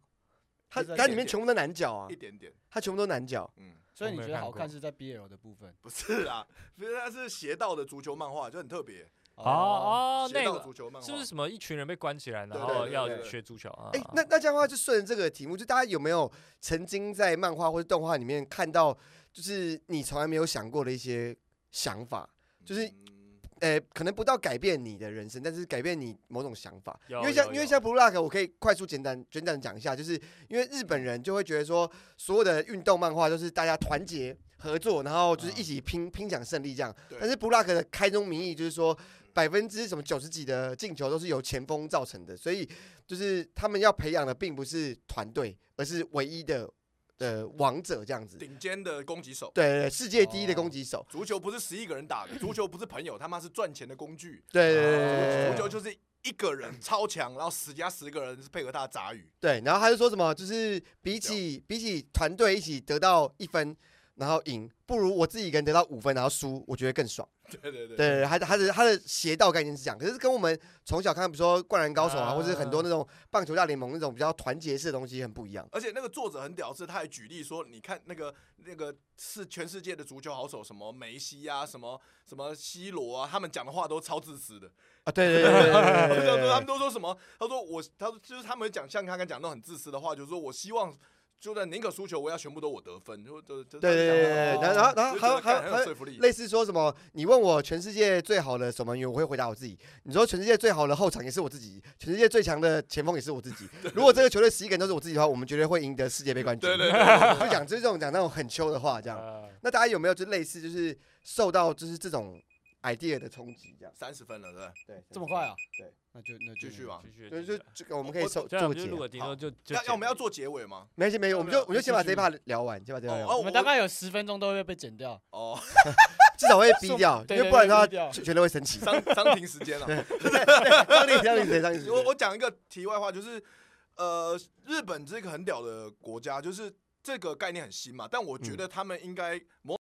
Speaker 1: 他
Speaker 2: 是在
Speaker 1: 他
Speaker 3: 演
Speaker 1: 里面全部都男角啊
Speaker 3: 一，点点，
Speaker 1: 他全部都男角。
Speaker 3: 嗯，
Speaker 2: 所以
Speaker 4: 我
Speaker 2: 你
Speaker 4: 没
Speaker 2: 觉得
Speaker 4: 看
Speaker 2: 好
Speaker 4: 过
Speaker 2: 看是在 BL 的部分
Speaker 3: 不是啦，不是，它是邪道的足球漫画，就很特别。
Speaker 2: 哦
Speaker 4: 哦，
Speaker 3: 邪
Speaker 4: 那
Speaker 3: 道
Speaker 4: 个
Speaker 3: 足球漫画
Speaker 4: 是不是什么一群人被关起来，然
Speaker 3: 对
Speaker 1: 对
Speaker 4: 后
Speaker 1: 对
Speaker 4: 要
Speaker 3: 对呃对
Speaker 4: 学足球啊？
Speaker 1: 哎，那那这样的话，就顺着这个题目，就大家有没有曾经在漫画或者动画里面看到，就是你从来没有想过的一些想法？就是
Speaker 3: 嗯
Speaker 1: 呃，可能不到改变你的人生，但是改变你某种想法。因
Speaker 4: 有
Speaker 1: 为像
Speaker 4: 有
Speaker 1: 因为
Speaker 4: 有
Speaker 1: 像 Blue Lock，我可以快速简单简单讲一下，就是因为日本人就会觉得说，所有的运动漫画都是大家团结合作，然后就是一
Speaker 2: 嗯
Speaker 1: 起拼拼抢胜利这样。
Speaker 3: 对
Speaker 1: 但是 Blue Lock 的开宗明义就是说，百分之什么九十几的进球都是由前锋造成的，所以就是他们要培养的并不是团队，而是唯一的的王者这样子。对
Speaker 3: 顶尖的攻击手。
Speaker 1: 对对，世界第一的
Speaker 2: 哦
Speaker 1: 攻击手。
Speaker 3: 足球不是十一个人打的，足球不是朋友，他妈是赚钱的工具。
Speaker 1: 对对
Speaker 3: 足
Speaker 1: 对对
Speaker 3: 球
Speaker 1: 对
Speaker 3: 就是一个人超强，然后十加十个人是配合他的杂鱼。
Speaker 1: 对，然后他就说什么，就是比起比起团队一起得到一分。然后赢，不如我自己一个人得到五分，然后输，我觉得更爽。
Speaker 3: 对对对，
Speaker 1: 对，他的他的他的邪道概念是这样，可是跟我们从小看，比如说《灌篮高手》啊，或者很多那种棒球大联盟那种比较团结式的东西很不一样。
Speaker 3: 而且那个作者很屌丝，他还举例说，你看那个那个是全世界的足球好手，什么梅西啊，什么什么 C 罗啊，他们讲的话都超自私的。
Speaker 1: 啊，对对对对对 对对对
Speaker 3: 他们都说什么？他说我，他说就是他们讲像他刚讲那种很自私的话，就是说我希望。就算宁可输球，我要全部都我得分，就就就
Speaker 1: 对对对对，然后然后
Speaker 3: 哦
Speaker 1: 然后还有还有还
Speaker 3: 很有
Speaker 1: 有
Speaker 3: 说服力，
Speaker 1: 类似说什么，你问我全世界最好的守门员，我会回答我自己。你说全世界最好的后场也是我自己，全世界最强的前锋也是我自己。如果这个球队十一个人都是我自己的话，我们绝对会赢得世界杯冠军。
Speaker 3: 对对
Speaker 1: 对，就讲就是这种讲那种很秋的话这样。
Speaker 4: 啊
Speaker 1: 那大家有没有就类似就是受到就是这种 idea 的冲击这样？
Speaker 3: 三十分了，对不对？
Speaker 1: 对，
Speaker 2: 这么快啊？
Speaker 1: 对，
Speaker 2: 那就那就
Speaker 3: 继续吧。
Speaker 4: 继续，
Speaker 1: 对，
Speaker 4: 继
Speaker 1: 就
Speaker 4: 续
Speaker 1: 这个我们可以
Speaker 3: 我
Speaker 1: 收
Speaker 4: 这
Speaker 1: 做
Speaker 4: 样啊我
Speaker 1: 个
Speaker 4: 们
Speaker 1: 结
Speaker 4: 就。录了，顶
Speaker 3: 好
Speaker 4: 多就就
Speaker 3: 要要我们
Speaker 4: 剪
Speaker 3: 要做结尾吗？
Speaker 1: 没事没事，我们就我们就先把
Speaker 2: 继
Speaker 1: 这
Speaker 2: 续
Speaker 1: 一 part 聊完，先把这一 part 聊
Speaker 3: 哦
Speaker 1: 完，
Speaker 2: 我们大概有十分钟都会被剪掉，
Speaker 3: 哦，
Speaker 1: 至少会逼掉，因
Speaker 2: 对对
Speaker 1: 为不然的话
Speaker 2: 对逼掉
Speaker 1: 全全队会生气。
Speaker 3: 伤 伤停时间了。啊
Speaker 1: 让你让你谁让你谁
Speaker 3: 我我讲一个题外话，就是呃，日本是一个很屌的国家，就是这个概念很新嘛，但我觉
Speaker 1: 嗯
Speaker 3: 得他们应该某。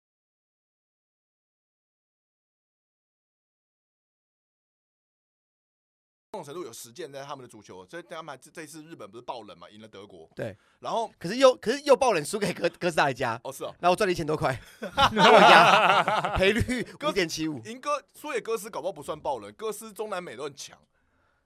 Speaker 3: 某种程度有实践在他们的足球，所以他们还这这次日本不是爆冷嘛，赢了德国。
Speaker 1: 对，
Speaker 3: 然后
Speaker 1: 可是又可是又爆冷输给哥哥斯达黎加，
Speaker 3: 哦是哦，
Speaker 1: 然后我赚了一千多块， 跟我一样，赔率五点七五。
Speaker 3: 赢哥输给哥斯搞不好不算爆冷，哥斯中南美都很强。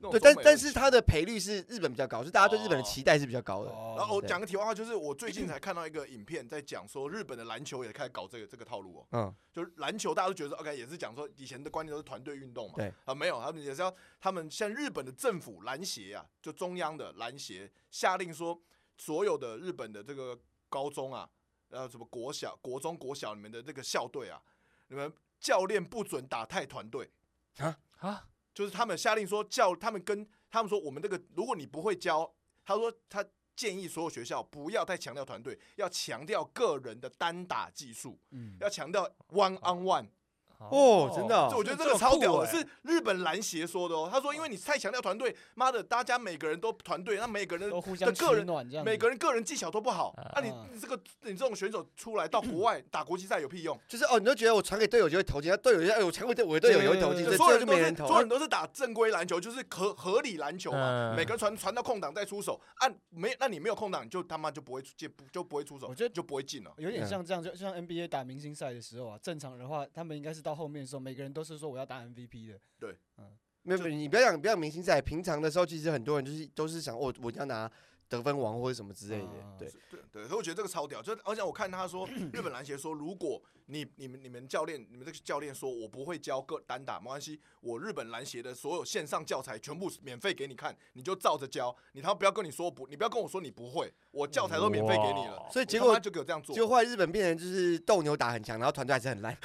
Speaker 3: 那种
Speaker 1: 对，
Speaker 3: 中
Speaker 1: 但
Speaker 3: 美都
Speaker 1: 但
Speaker 3: 很
Speaker 1: 是它的赔率是日本比较高，就大家对日本的期待是比较高的。
Speaker 2: 哦
Speaker 3: 然后我
Speaker 1: 对
Speaker 3: 讲个题外话，就是 我最近才看到一个影片，在讲说日本的篮球也开始搞这个这个套路哦。
Speaker 1: 嗯，
Speaker 3: 就是篮球大家都觉得说 OK，也是讲说以前的观念都是团队运动嘛。
Speaker 1: 对
Speaker 3: 啊，没有，他们也是要他们像日本的政府篮协啊，就中央的篮协下令说，所有的日本的这个高中啊，呃，什么国小、国中、国小里面的这个校队啊，你们教练不准打太团队。
Speaker 4: 啊，
Speaker 3: 就是他们下令说叫他们跟他们说，我们这个如果你不会教，他说他建议所有学校不要太强调团队，要强调个人的单打技术，
Speaker 2: 嗯，
Speaker 3: 要强调 one on one。
Speaker 1: 哦，真的
Speaker 3: 这我
Speaker 1: 哦，
Speaker 3: 觉得这
Speaker 4: 这
Speaker 3: 个
Speaker 4: 很
Speaker 3: 超屌
Speaker 4: 酷
Speaker 3: 的，
Speaker 4: 欸
Speaker 3: 是日本篮协说的哦。他说，因为你太强调团队，妈的，大家每个人都团队，那每个人
Speaker 2: 都互相
Speaker 3: 的个
Speaker 2: 取
Speaker 3: 人
Speaker 2: 暖这样子，
Speaker 3: 每个人个人技巧都不好，那你
Speaker 2: 啊
Speaker 3: 你这个你这种选手出来到国外打国际赛有屁用？
Speaker 1: 就是哦，你都觉得我传给队友就会投进，那队友就哎，我传给队我的队友也会投进，所
Speaker 2: 对
Speaker 1: 以
Speaker 3: 所有
Speaker 1: 最后
Speaker 3: 人
Speaker 1: 就
Speaker 3: 都
Speaker 1: 没
Speaker 3: 是
Speaker 1: 人
Speaker 3: 所
Speaker 1: 投。
Speaker 3: 有人都是打正规篮球，就是合合理篮球嘛。
Speaker 4: 嗯
Speaker 3: 每个人传传到空档再出手，按没那你没有空档，你就他妈就不会出就不就不会出手，
Speaker 2: 我觉得
Speaker 3: 就不会进了。
Speaker 2: 有点
Speaker 1: 嗯
Speaker 2: 像这样，就就像 NBA 打明星赛的时候啊，正常的话，他们应该是到后面的时候，每个人都是说我要打 MVP 的，
Speaker 1: 没有，没有你不要讲不要讲明星赛，平常的时候其实很多人就是都是想哦，我要拿得分王或者什么之类的
Speaker 2: 啊。
Speaker 1: 对，
Speaker 3: 对对，所以我觉得这个超屌。就而且我看 他说，日本篮协说，如果你你们你们教练你们这个教练说我不会教个单打，没关系，我日本篮协的所有线上教材全部免费给你看，你就照着教。你他妈不要跟你说不，你不要跟我说你不会，我教材都免费给你了。
Speaker 4: 哇
Speaker 1: 所以
Speaker 3: 你
Speaker 1: 结
Speaker 3: 他
Speaker 1: 果
Speaker 3: 妈就给我这样做。
Speaker 1: 就后来日本变成就是斗牛打很强，然后团队还是很烂，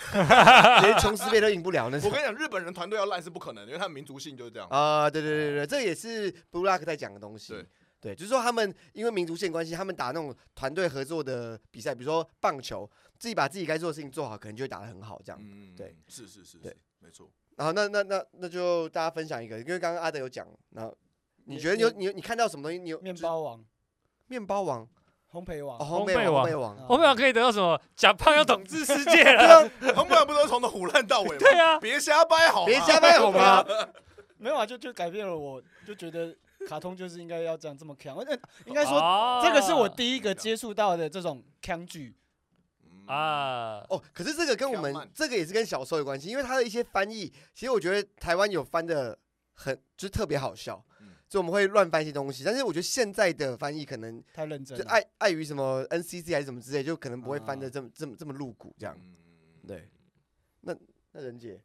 Speaker 1: 连琼斯杯都赢不了那
Speaker 3: 我
Speaker 1: 种
Speaker 3: 跟。你讲，日本人团队要烂是不可能的，因为他们民族性就是这样。
Speaker 1: 啊，对对对对，这也是布鲁拉克在讲的东西
Speaker 3: 对。
Speaker 1: 对，就是说他们因为民族性关系，他们打那种团队合作的比赛，比如说棒球，自己把自己该做的事情做好，可能就会打得很好这样。
Speaker 3: 嗯，
Speaker 1: 对，
Speaker 3: 是是是，
Speaker 1: 对
Speaker 3: 是，没错。
Speaker 1: 然后那那那那就大家分享一个，因为刚刚阿德有讲，然后你
Speaker 2: 面
Speaker 1: 觉得你有你有你看到什么东西？你有
Speaker 2: 面
Speaker 1: 就是
Speaker 2: 包王、
Speaker 1: 面包王
Speaker 2: 烘焙
Speaker 1: 哦，
Speaker 2: 王，
Speaker 1: 烘
Speaker 4: 焙
Speaker 1: 焙
Speaker 4: 王
Speaker 1: 烘焙王，
Speaker 2: 啊
Speaker 4: 我们俩可以得到什么？贾胖要统治世界
Speaker 1: 对
Speaker 4: 了，
Speaker 1: 啊，
Speaker 3: 横版不都是从头虎烂到尾 吗？
Speaker 4: 对啊
Speaker 3: 别瞎掰好吗，
Speaker 1: 别瞎掰好吗？
Speaker 2: 没有啊，就就改变了我，就觉得卡通就是应该要这样这么强，而且应该说
Speaker 4: 哦
Speaker 2: 这个是我第一个接触到的这种强剧，
Speaker 3: 嗯
Speaker 4: 啊，
Speaker 1: 哦，可是这个跟我
Speaker 3: 较慢
Speaker 1: 们这个也是跟小说有关系，因为它的一些翻译，其实我觉得台湾有翻的很，就是特别好笑，
Speaker 3: 嗯
Speaker 1: 所以我们会乱翻一些东西。但是我觉得现在的翻译可能
Speaker 2: 太认真
Speaker 1: 就哎
Speaker 2: 了。
Speaker 1: 碍碍于什么 NCC 还是什么之类，就可能不会翻
Speaker 2: 啊
Speaker 1: 的这么、这么这么露骨这样。
Speaker 3: 嗯
Speaker 1: 对，那那人姐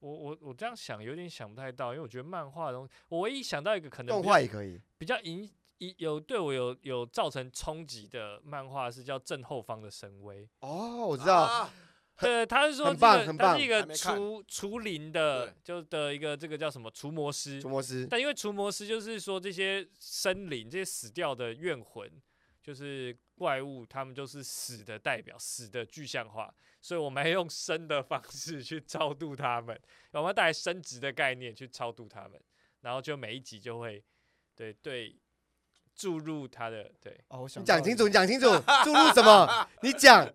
Speaker 4: 我我我这样想有点想不太到，因为我觉得漫画的东西，我唯一想到一个可能
Speaker 1: 动
Speaker 4: 比
Speaker 1: 画
Speaker 4: 较
Speaker 1: 也可以
Speaker 4: 比较影影有对我有有造成冲击的漫画是叫《正后方的神威》。
Speaker 1: 哦，我知道，
Speaker 3: 啊
Speaker 4: 对，他是说
Speaker 1: 很
Speaker 4: 这
Speaker 1: 棒
Speaker 4: 个
Speaker 1: 很
Speaker 4: 他
Speaker 1: 棒
Speaker 4: 是一个
Speaker 3: 还没看
Speaker 4: 除除灵的，就的一个这个叫什么除魔师
Speaker 1: 除。魔师
Speaker 4: 但因为除魔师就是说这些生灵、这些死掉的怨魂，就是怪物，他们就是死的代表，死的具象化，所以我们要用生的方式去超度他们，我们要带来生殖的概念去超度他们，然后就每一集就会对对注入他的对，
Speaker 2: 哦，我想
Speaker 1: 你讲
Speaker 2: 到
Speaker 1: 清
Speaker 2: 了
Speaker 1: 楚，你讲清楚，注入什么？你讲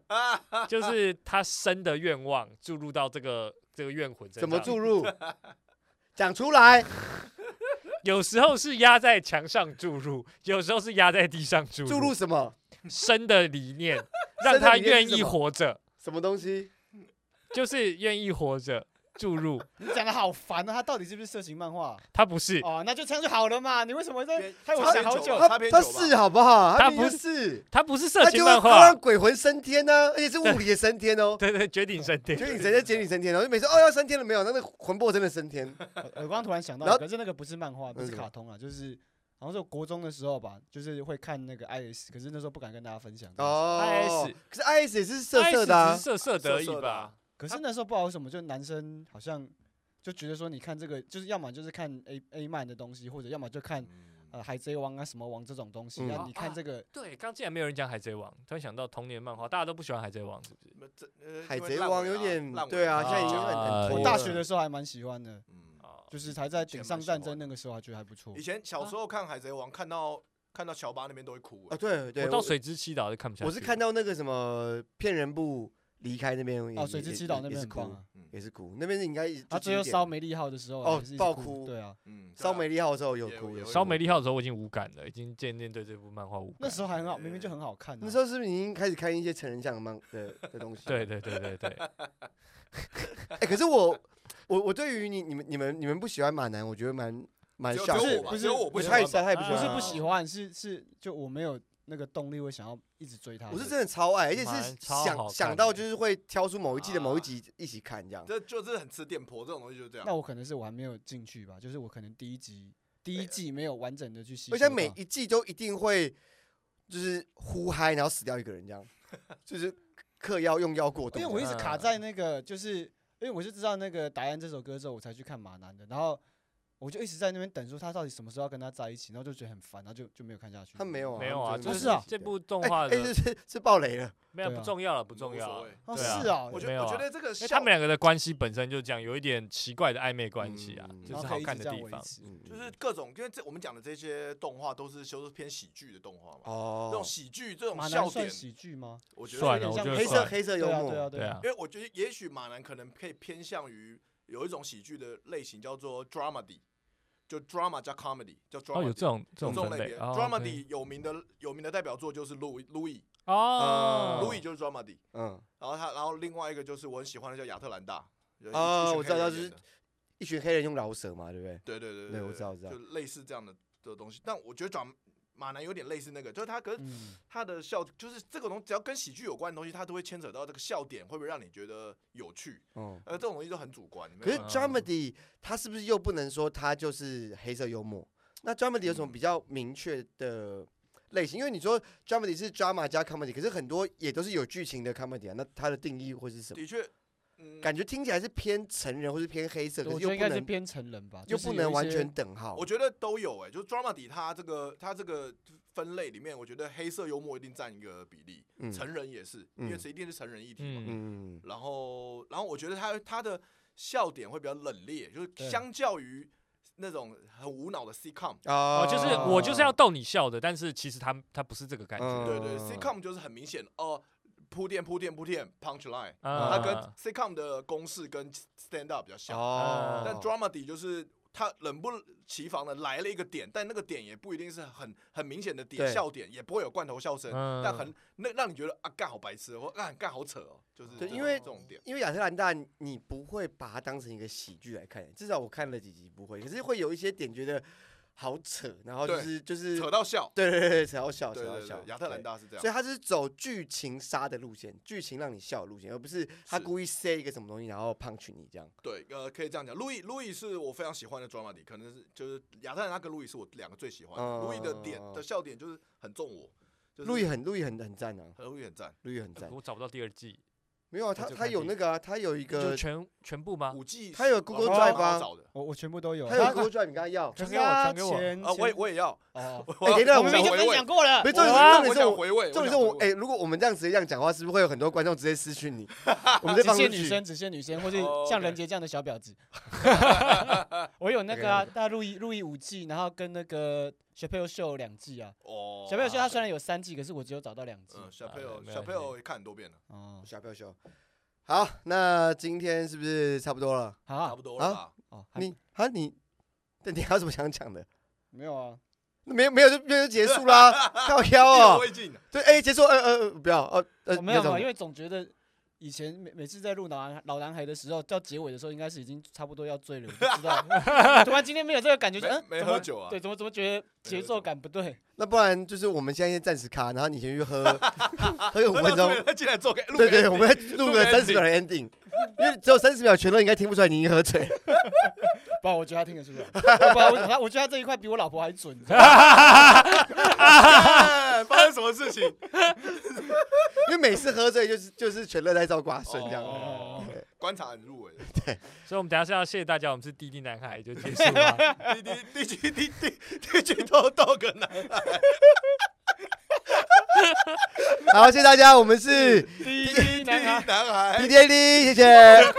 Speaker 4: 就是他生的愿望注入到这个这个怨魂身上。
Speaker 1: 怎么注入？讲出来，
Speaker 4: 有时候是压在墙上注入，有时候是压在地上注入。
Speaker 1: 注入什么？
Speaker 4: 生的理 念，
Speaker 1: 生
Speaker 4: 让
Speaker 1: 的
Speaker 4: 他
Speaker 1: 理念
Speaker 4: 愿
Speaker 1: 是什
Speaker 4: 意
Speaker 1: 么
Speaker 4: 活着，
Speaker 1: 什么东西？
Speaker 4: 就是愿意活着。注入
Speaker 2: 你讲的好烦啊！他到底是不是色情漫画 啊？
Speaker 4: 他不是，
Speaker 2: 哦，那就这样就好了嘛！你为什么在
Speaker 3: 别
Speaker 2: 害我
Speaker 3: 插
Speaker 2: 想
Speaker 3: 边
Speaker 2: 好
Speaker 3: 球
Speaker 2: 久
Speaker 3: 吧？
Speaker 1: 他
Speaker 3: 插边
Speaker 1: 他
Speaker 3: 球吧
Speaker 1: 是好不好？
Speaker 4: 他
Speaker 1: 明明
Speaker 4: 不
Speaker 1: 就是，
Speaker 4: 他不是色
Speaker 1: 他
Speaker 4: 情
Speaker 1: 就
Speaker 4: 漫
Speaker 1: 他
Speaker 4: 画
Speaker 1: 让，鬼魂升天呢，而且是物理的升天哦。
Speaker 4: 对对，绝顶神殿
Speaker 1: 就你直接解你升天，然后就每次哦要升天了没有？那个魂魄真的升天，
Speaker 2: 呃我刚突然想到
Speaker 1: 然后
Speaker 2: 一
Speaker 1: 嗯
Speaker 2: 个，可是那个不是漫画，不
Speaker 1: 那
Speaker 2: 是
Speaker 1: 是什么
Speaker 2: 卡通啊，就是好像是我国中的时候吧，就是会看那个 IS，可是那时候不敢跟大家分享。哦，
Speaker 1: 哦
Speaker 4: IS，
Speaker 1: 可是 IS 也是色色的
Speaker 4: 只
Speaker 1: 啊
Speaker 4: 是，色色的而已
Speaker 3: 色色的
Speaker 4: 吧
Speaker 3: 啊？
Speaker 2: 可是那时候不知道为什么，就男生好像就觉得说，你看这个就是要么就是看 A A 漫的东西，或者要么就看
Speaker 4: 嗯
Speaker 2: 呃海贼王啊什么王这种东西
Speaker 1: 嗯
Speaker 2: 啊。
Speaker 4: 哦
Speaker 2: 你看
Speaker 4: 啊
Speaker 2: 这个
Speaker 4: 对，刚竟然没有人讲海贼王，突然想到童年漫画，大家都不喜欢海贼王，是不是？
Speaker 3: 那这呃
Speaker 1: 海
Speaker 3: 因为
Speaker 1: 贼
Speaker 3: 烂
Speaker 1: 王
Speaker 3: 尾
Speaker 1: 有
Speaker 3: 啊
Speaker 1: 点
Speaker 3: 烂尾
Speaker 1: 对啊，
Speaker 4: 了
Speaker 1: 现在已经
Speaker 4: 啊
Speaker 1: 很很
Speaker 4: 我
Speaker 1: 脱
Speaker 2: 我大
Speaker 1: 了
Speaker 2: 学的时候还蛮喜欢的，
Speaker 3: 嗯
Speaker 4: 哦，
Speaker 2: 就是还在
Speaker 3: 以
Speaker 2: 顶
Speaker 3: 前蛮
Speaker 2: 上
Speaker 3: 喜
Speaker 2: 战
Speaker 3: 欢
Speaker 2: 争那
Speaker 3: 的
Speaker 2: 个时候还觉得还不错
Speaker 3: 以。前小
Speaker 4: 啊
Speaker 3: 时候看海贼王，看到看到乔巴那边都会哭
Speaker 1: 啊，
Speaker 3: 欸。
Speaker 1: 对对，
Speaker 4: 我到水之七岛就看不下去。
Speaker 1: 我是看到那个什么骗人部离开那边也
Speaker 2: 哦，水之
Speaker 1: 也
Speaker 2: 七岛
Speaker 1: 也
Speaker 2: 那
Speaker 1: 也
Speaker 2: 边
Speaker 1: 是
Speaker 2: 很棒
Speaker 1: 哭，
Speaker 2: 啊，
Speaker 1: 也是哭，那边应该
Speaker 2: 他最后
Speaker 1: 经典
Speaker 2: 烧梅利号的时候
Speaker 1: 哦
Speaker 2: 也是一直
Speaker 1: 爆哭
Speaker 2: 对啊，
Speaker 3: 嗯，对
Speaker 1: 烧
Speaker 3: 啊
Speaker 1: 梅利号的时候有
Speaker 3: 也
Speaker 1: 哭，
Speaker 3: 也
Speaker 1: 有
Speaker 3: 会
Speaker 4: 烧
Speaker 1: 哭
Speaker 4: 美丽号的时候，我已经无感了，已经渐渐对这部漫画无感。
Speaker 2: 那时候还很好，明明就很好看啊。
Speaker 1: 那时候是不是已经开始看一些成人向的漫的的东西？
Speaker 4: 对，对对 对对，
Speaker 1: 哎，可是我我我对于你你们你们你们不喜欢马男，我觉得蛮蛮
Speaker 3: 只有
Speaker 1: 小
Speaker 3: 只有
Speaker 1: 的，
Speaker 3: 我吧
Speaker 2: 不是
Speaker 3: 只有我
Speaker 1: 不
Speaker 3: 不
Speaker 1: 是
Speaker 3: 喜
Speaker 1: 他
Speaker 3: 欢
Speaker 1: 也是啊
Speaker 3: 吧
Speaker 1: 他也不喜
Speaker 2: 不是
Speaker 1: 欢
Speaker 2: 不
Speaker 1: 啊，
Speaker 2: 喜欢，是是就我没有那个动力会想要一直追他。
Speaker 1: 我是真的超爱，而且
Speaker 4: 蛮
Speaker 1: 是
Speaker 4: 超好
Speaker 1: 想
Speaker 4: 看
Speaker 1: 想
Speaker 4: 的
Speaker 1: 到就是会挑出某一季的某一
Speaker 3: 啊
Speaker 1: 集一起看这样。
Speaker 3: 这就是很吃电波这种东西就是这
Speaker 2: 那
Speaker 3: 样。
Speaker 2: 我可能是我还没有进去吧，就是我可能第一集第一季没有完整的去吸收
Speaker 1: 而
Speaker 2: 到。
Speaker 1: 且每一季都一定会就是呼嗨，然后死掉一个人这样，就是嗑药用药过度
Speaker 2: 因
Speaker 1: 这
Speaker 2: 为
Speaker 1: 样。哎
Speaker 2: 我一直卡在那个，就是因为我是知道那个答案这首歌之后，我才去看马男的，然后我就一直在那边等，说他到底什么时候要跟他在一起，然后就觉得很烦，然后就就没有看下去。
Speaker 1: 他没有啊，
Speaker 4: 没有
Speaker 1: 他
Speaker 4: 啊，
Speaker 1: 们就
Speaker 4: 就是
Speaker 2: 是啊
Speaker 4: 这部动
Speaker 1: 哎
Speaker 4: 画
Speaker 1: 哎，是
Speaker 4: 的
Speaker 1: 是是爆雷了，
Speaker 4: 没有
Speaker 2: 对啊
Speaker 4: 不重要了，不重
Speaker 3: 无
Speaker 4: 要
Speaker 3: 所
Speaker 4: 了
Speaker 3: 谓。
Speaker 2: 哦，
Speaker 4: 对啊
Speaker 2: 是啊，
Speaker 3: 我觉
Speaker 4: 没有
Speaker 3: 得我
Speaker 4: 啊
Speaker 3: 觉得这个
Speaker 4: 因
Speaker 3: 笑
Speaker 4: 为他们两个的关系本身就这样，有一点奇怪的暧昧关系啊，
Speaker 1: 嗯
Speaker 4: 这
Speaker 2: 然
Speaker 4: 是
Speaker 2: 后
Speaker 4: 好
Speaker 2: 可以一
Speaker 4: 看
Speaker 2: 直这
Speaker 4: 的
Speaker 2: 样
Speaker 4: 地
Speaker 2: 维
Speaker 4: 方。
Speaker 2: 持
Speaker 1: 嗯
Speaker 3: 就是各种，因为这我们讲的这些动画都是修偏喜剧的动画嘛，这种
Speaker 1: 哦，
Speaker 3: 喜剧这种
Speaker 2: 马
Speaker 3: 笑
Speaker 2: 男算
Speaker 3: 点，
Speaker 2: 喜剧吗？
Speaker 3: 我觉
Speaker 4: 算
Speaker 3: 得
Speaker 4: 了，我
Speaker 2: 有点
Speaker 4: 觉得
Speaker 1: 黑
Speaker 4: 算
Speaker 1: 色
Speaker 4: 了，
Speaker 1: 黑色幽
Speaker 2: 对啊，
Speaker 1: 默，
Speaker 2: 对啊，
Speaker 4: 对啊
Speaker 3: 因，为我觉得也许马南可能可以偏向于有一种喜剧的类型叫做 dramedy，就 drama 加 comedy 叫 drama，、
Speaker 4: 哦，有这种这
Speaker 3: 有这
Speaker 4: 种
Speaker 3: 种
Speaker 4: 分
Speaker 3: 类
Speaker 4: 类
Speaker 3: 别。
Speaker 4: 哦
Speaker 3: dramedy 有名的有名的代表作就是 Louis Louis、
Speaker 4: 哦
Speaker 1: 嗯
Speaker 3: 呃 Louis 就是 dramedy，
Speaker 1: 嗯，
Speaker 3: 然后他然后另外一个就是我很喜欢的叫亚特兰大。有一
Speaker 1: 哦
Speaker 3: 一群
Speaker 1: 我知道
Speaker 3: 黑人
Speaker 1: 就是
Speaker 3: 演的
Speaker 1: 一群黑人用饶舌嘛，对不对？
Speaker 3: 对对对
Speaker 1: 对
Speaker 3: 对，
Speaker 1: 我知道我知道
Speaker 3: 就类似这样的的东西。但我觉得转马南有点类似那个，就是他跟
Speaker 2: 嗯，
Speaker 3: 他的笑，就是这个东只要跟喜剧有关的东西，它都会牵扯到这个笑点会不会让你觉得有趣。
Speaker 1: 嗯。
Speaker 3: 呃，这种东西就很主观。你没
Speaker 1: 可是
Speaker 3: 有啊办法
Speaker 1: dramedy 它是不是又不能说它就是黑色幽默？那 dramedy 有什么
Speaker 3: 嗯
Speaker 1: 比较明确的类型？因为你说 dramedy 是 drama 加 comedy，可是很多也都是有剧情的 comedy 啊。那它的定义会是什么？
Speaker 3: 的确，嗯，
Speaker 1: 感觉听起来是偏成人或是偏黑色，可
Speaker 2: 我
Speaker 1: 是
Speaker 2: 觉
Speaker 1: 又
Speaker 2: 得应
Speaker 1: 不
Speaker 2: 该是
Speaker 1: 能
Speaker 2: 偏成人吧，
Speaker 1: 又
Speaker 2: 就是
Speaker 1: 不
Speaker 2: 有
Speaker 1: 能
Speaker 2: 一
Speaker 1: 完
Speaker 2: 些
Speaker 1: 全等号
Speaker 3: 我。觉得都有哎、就是 drama 底它这个它这个分类里面，我觉得黑色幽默一定占一个比例，
Speaker 1: 嗯
Speaker 3: 成人也是，因为
Speaker 1: 嗯
Speaker 3: 是一定是成人议题嘛。
Speaker 4: 嗯，
Speaker 1: 嗯，
Speaker 3: 然后，然后我觉得他他的笑点会比较冷冽，就是
Speaker 2: 对
Speaker 3: 相较于那种很无脑的 sitcom，
Speaker 1: 啊
Speaker 4: 哦，就是我就是要逗你笑的，但是其实他他不是这个感觉。
Speaker 3: 对对
Speaker 1: 嗯
Speaker 3: ，sitcom 就是很明显哦，铺垫铺垫铺垫 punch
Speaker 1: 嗯
Speaker 3: line，
Speaker 4: 啊
Speaker 3: 它跟 sitcom 的公式跟 stand up 比较像，
Speaker 1: 哦，
Speaker 2: 嗯
Speaker 3: 但 dramedy 就是。它冷不其防的来了一个点，但那个点也不一定是很很明显的点
Speaker 1: 对
Speaker 3: 笑点，也不会有罐头笑声，
Speaker 4: 嗯
Speaker 3: 但很那让你觉得啊干好白痴哦，或干干好扯哦，就是
Speaker 1: 对
Speaker 3: 这
Speaker 1: 因
Speaker 3: 种
Speaker 1: 为
Speaker 3: 这种点，
Speaker 1: 因为亚特兰大，你你不会把它当成一个喜剧来看，至少我看了几集不会。可是会有一些点觉得好扯，然后就
Speaker 3: 对
Speaker 1: 是就是
Speaker 3: 扯到笑，
Speaker 1: 对对对对，扯到笑，扯
Speaker 3: 对
Speaker 1: 到
Speaker 3: 对
Speaker 1: 笑
Speaker 3: 对，。亚特兰
Speaker 1: 对
Speaker 3: 大是这样
Speaker 1: 所。以他是走剧情杀的路线，剧情让你笑的路线，而不是他
Speaker 3: 是
Speaker 1: 故意塞一个什么东西然后胖去你这样。
Speaker 3: 对，呃，可以这样讲，路易路易是我非常喜欢的 drama 里，可能是就是亚特兰大跟路易是我两个最喜欢的。路易的点
Speaker 1: 嗯
Speaker 3: 的笑点就是很中我，就是哎
Speaker 1: 路易很路易很很赞啊，
Speaker 3: 很路易很赞，
Speaker 1: 路易很赞。
Speaker 4: 我找不到第二季，
Speaker 1: 没有啊，
Speaker 4: 他
Speaker 1: 他
Speaker 4: 就
Speaker 1: 他
Speaker 4: 看
Speaker 1: 有
Speaker 4: 第一
Speaker 1: 那个啊，他有一
Speaker 4: 就
Speaker 1: 个，
Speaker 4: 全全部吗？
Speaker 3: 五 G
Speaker 1: 啊它有 Google
Speaker 3: 网络
Speaker 1: Drive 啊
Speaker 3: 上找的，
Speaker 2: 我我全部都有。
Speaker 1: 他有
Speaker 2: 他
Speaker 1: Google Drive，你跟他 要。
Speaker 2: 可
Speaker 4: 传
Speaker 2: 是
Speaker 4: 给我
Speaker 2: 他
Speaker 4: 传给我
Speaker 2: 前
Speaker 3: 啊，我也
Speaker 2: 前
Speaker 3: 我也要。
Speaker 2: 哦，啊
Speaker 3: 我
Speaker 1: 哎等一下
Speaker 3: 要
Speaker 1: 我们
Speaker 3: 想
Speaker 1: 明
Speaker 3: 回味
Speaker 2: 过了
Speaker 1: 没
Speaker 4: 重
Speaker 1: 哎重
Speaker 4: 点
Speaker 1: 点是重点是
Speaker 3: 我
Speaker 4: 是重
Speaker 3: 想
Speaker 1: 我
Speaker 3: 回味，
Speaker 1: 重点是
Speaker 3: 想
Speaker 1: 我
Speaker 3: 回味
Speaker 1: 哎，如果我们这样直接这样讲话，是不是会有很多观众直接私 讯你？我们直接
Speaker 2: 只
Speaker 1: 放
Speaker 2: 限
Speaker 1: 进
Speaker 2: 女
Speaker 1: 去。
Speaker 2: 生，只限女生，或是
Speaker 3: 哦
Speaker 2: 像
Speaker 3: ，OK
Speaker 2: 人杰这样的小婊子。我有那个啊，大陆一陆一五季，然后跟那个小朋友秀两季啊。
Speaker 3: 哦，
Speaker 2: 小朋友秀他虽然有三季，可是我只有找到两季。
Speaker 3: 嗯，小朋
Speaker 4: 啊
Speaker 3: 友
Speaker 4: 没
Speaker 3: 小朋
Speaker 4: 关
Speaker 3: 友也看很多遍了，
Speaker 2: 哦，
Speaker 1: 小朋友秀，好，那今天是不是差不多了？
Speaker 2: 好
Speaker 3: 差
Speaker 2: 啊
Speaker 3: 不，多了
Speaker 1: 啊
Speaker 3: 吧？
Speaker 2: 哦，还
Speaker 1: 你啊你，但你还有什么想讲的？
Speaker 2: 没有啊？
Speaker 1: 没有没有就没有就结束 啦，靠腰
Speaker 3: 意犹
Speaker 1: 哦。
Speaker 3: 未尽，
Speaker 1: 对，哎，结束，呃呃，呃不要，呃呃，
Speaker 2: 我没有
Speaker 1: 什
Speaker 2: 啊，
Speaker 1: 么
Speaker 2: 因为总觉得以前每每次在录老男老男孩的时候，到结尾的时候，应该是已经差不多要醉了，我就知道了。突然今天没有这个感觉，就嗯，
Speaker 3: 没没
Speaker 2: 怎么
Speaker 3: 喝酒啊
Speaker 2: 对，怎么怎么觉得节奏感不对？
Speaker 1: 那不然就是我们现在先暂时卡，然后你先去 喝喝个五
Speaker 3: 喝
Speaker 1: 分钟
Speaker 3: 到醉，了，他进来做个录
Speaker 1: 对
Speaker 3: 个
Speaker 1: 对，我 们再录
Speaker 3: 录
Speaker 1: 个
Speaker 3: 个
Speaker 1: 三十
Speaker 3: ending
Speaker 1: 秒的 ending，因为只有三十秒，全都应该听不出来你已经喝醉。
Speaker 2: 不然我觉得他听得出来，不然我他我觉得他这一块比我老婆还准。你知道吗
Speaker 3: 哎发生什么事情？
Speaker 1: 因为每次喝醉就是就是全乐在照瓜顺这样。
Speaker 3: 哦，观察很入 围，
Speaker 4: 所以我们等一下是要谢谢大家，我们是弟弟男孩就结束了。
Speaker 3: 第第第句第第第句都逗个男孩，
Speaker 1: 好，谢谢大家，我们是
Speaker 2: 第一第一
Speaker 3: 第
Speaker 2: 男
Speaker 3: 一啊
Speaker 2: 孩。
Speaker 3: 男孩
Speaker 1: 啊哎 D。D A D，谢谢。